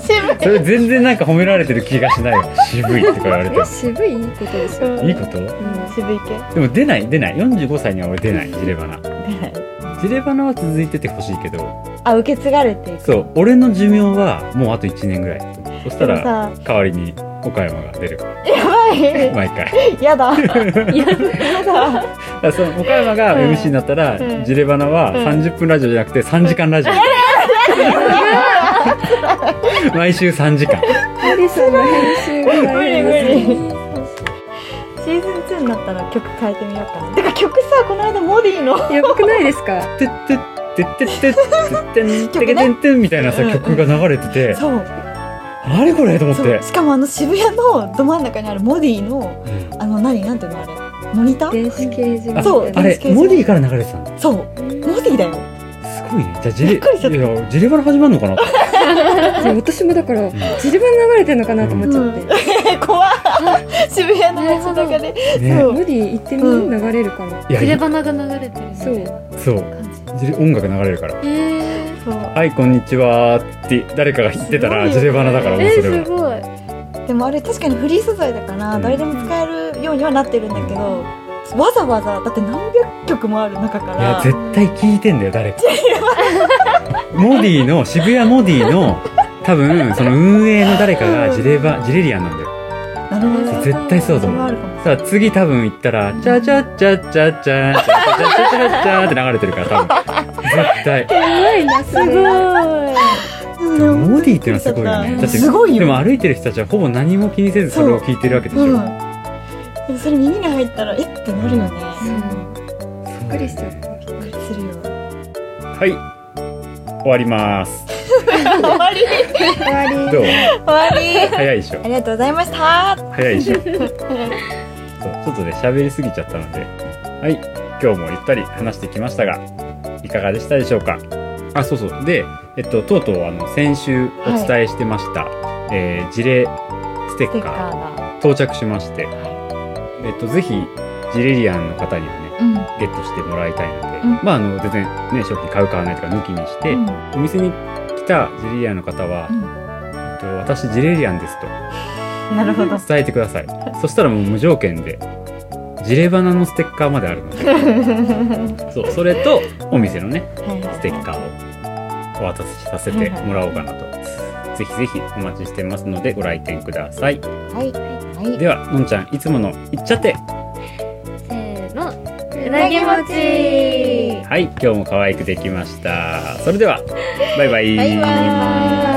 Speaker 3: 渋い
Speaker 1: それ全然なんか褒められてる気がしないわ渋いって言われてる
Speaker 2: 渋いいいことでしょ、
Speaker 1: いいこと
Speaker 2: うん
Speaker 3: 渋い系
Speaker 1: でも出ない出ない45歳には俺出ないジレバナ
Speaker 3: 出ない
Speaker 1: ジレバナは続いててほしいけど
Speaker 3: あ受け継がれていく
Speaker 1: そう俺の寿命はもうあと1年ぐらいそした
Speaker 3: でも
Speaker 1: ら
Speaker 3: さ
Speaker 1: 代わりに岡山が出る
Speaker 3: やばい
Speaker 1: 毎回 *laughs*
Speaker 3: やだやだ
Speaker 1: だからその岡山が MC になったら、
Speaker 3: うん
Speaker 1: ジレバナは
Speaker 3: うん
Speaker 1: 30分ラジオじゃなくて3時間ラジオ、毎週3時間
Speaker 2: アリさんの編集が
Speaker 3: 無理無理シーズン2になったら曲変えてみようかなてか曲さこの間モディの
Speaker 2: やばくないですか
Speaker 1: てってってってってってんてけてんてんみたいなさ
Speaker 3: うん
Speaker 1: 曲が流れてて
Speaker 3: そう
Speaker 1: 何これと思っ
Speaker 3: そ
Speaker 1: て
Speaker 3: うしかもあの渋谷のど真ん中にあるモディの
Speaker 1: うん
Speaker 3: あの何なんていうのあれモニター
Speaker 2: 電子掲示板
Speaker 1: あ
Speaker 3: そ
Speaker 1: あ
Speaker 3: う
Speaker 1: れ
Speaker 3: NHK
Speaker 1: モディから流れてたの
Speaker 3: そうモディだよ
Speaker 1: すごいねじゃあジレ
Speaker 3: びっくりしちゃった
Speaker 1: いやジレバナ始まるのかなと思って
Speaker 2: そう私もだから
Speaker 1: ん
Speaker 2: ジルバン流れてるのかなと思っちゃって、
Speaker 3: え
Speaker 1: *laughs*
Speaker 3: 怖っ渋谷の街中で
Speaker 1: ね
Speaker 3: そう
Speaker 2: 無理行ってみ、
Speaker 3: うん
Speaker 2: 流れるかも
Speaker 1: いや
Speaker 4: クレバナが流れてるみたいな
Speaker 1: そう
Speaker 4: 感じ
Speaker 1: ジレ音楽流れるから
Speaker 4: えー、
Speaker 3: そう
Speaker 1: 「はいこんにちは」って誰かが言ってたら
Speaker 3: すごい
Speaker 1: ジレ
Speaker 3: よね
Speaker 1: バナだからもう
Speaker 4: え
Speaker 1: それ
Speaker 4: ー、
Speaker 1: は
Speaker 4: すごい
Speaker 3: でもあれ確かにフリー素材だから
Speaker 1: うん
Speaker 3: 誰でも使えるようにはなってるんだけど、わざわざだって何百曲もある中か
Speaker 1: いや
Speaker 3: ら
Speaker 1: 絶対聞いてんだよ誰かモディの渋谷モディの多分その運営の誰かがジレバジレリアンなんだよ
Speaker 3: なるほどね
Speaker 1: 絶対そうだと
Speaker 3: それは
Speaker 1: 思
Speaker 3: あ
Speaker 1: う
Speaker 3: るかも
Speaker 1: さあ次多分行ったら「チャチャチャチャチャチャチャチャチャチャ」って流れてるから多分絶対
Speaker 2: 怖いなすごい
Speaker 1: モディってのはすごいよねだって
Speaker 3: すごいよ
Speaker 1: でも歩いてる人たちはほぼ何も気にせずそれを聞いてるわけでしょ
Speaker 3: う
Speaker 1: そ
Speaker 3: ん
Speaker 1: う
Speaker 3: でもそれ耳に入ったらえってなるよね
Speaker 2: びっくりしちゃった
Speaker 3: びっくりするよ
Speaker 1: はい終わります
Speaker 3: 終わり
Speaker 2: 終わり
Speaker 1: どう
Speaker 3: 終わり
Speaker 1: 早いでしょ
Speaker 3: ありがとうございました
Speaker 1: 早いでしょそうちょっとね喋りすぎちゃったのではい今日もゆったり話してきましたがいかがでしたでしょうかあそうそうで、えっと、とうとうあの先週お伝えしてました、えー事例ステ
Speaker 3: ステ
Speaker 1: ッ
Speaker 3: ッカ
Speaker 1: カー
Speaker 3: ー
Speaker 1: 到着しまして、えっと、ぜひジレリアンの方にはね
Speaker 3: がうん
Speaker 1: ゲットしてもらいたいので、
Speaker 3: うん
Speaker 1: まああの全然ね商品買う買わないとか抜きにして、
Speaker 3: うん
Speaker 1: お店に来たジレリアンの方は、
Speaker 3: うん
Speaker 1: えっと、私ジレリアンですと
Speaker 3: なるほど
Speaker 1: 伝えてくださいそしたらもう無条件でジレバナのステッカーまであるのでそうそれとお店のねステッカーをお渡しさせてもらおうかなと、ぜひぜひお待ちしてますのでご来店ください
Speaker 3: はいはいはい
Speaker 1: ではのんちゃんいつものいっちゃって
Speaker 4: せーのう
Speaker 2: う
Speaker 4: な
Speaker 2: な
Speaker 4: ぎ
Speaker 2: ぎ
Speaker 4: 餅
Speaker 2: 餅
Speaker 1: はい今日も可愛くできましたそれではバイバイ
Speaker 3: バイバイ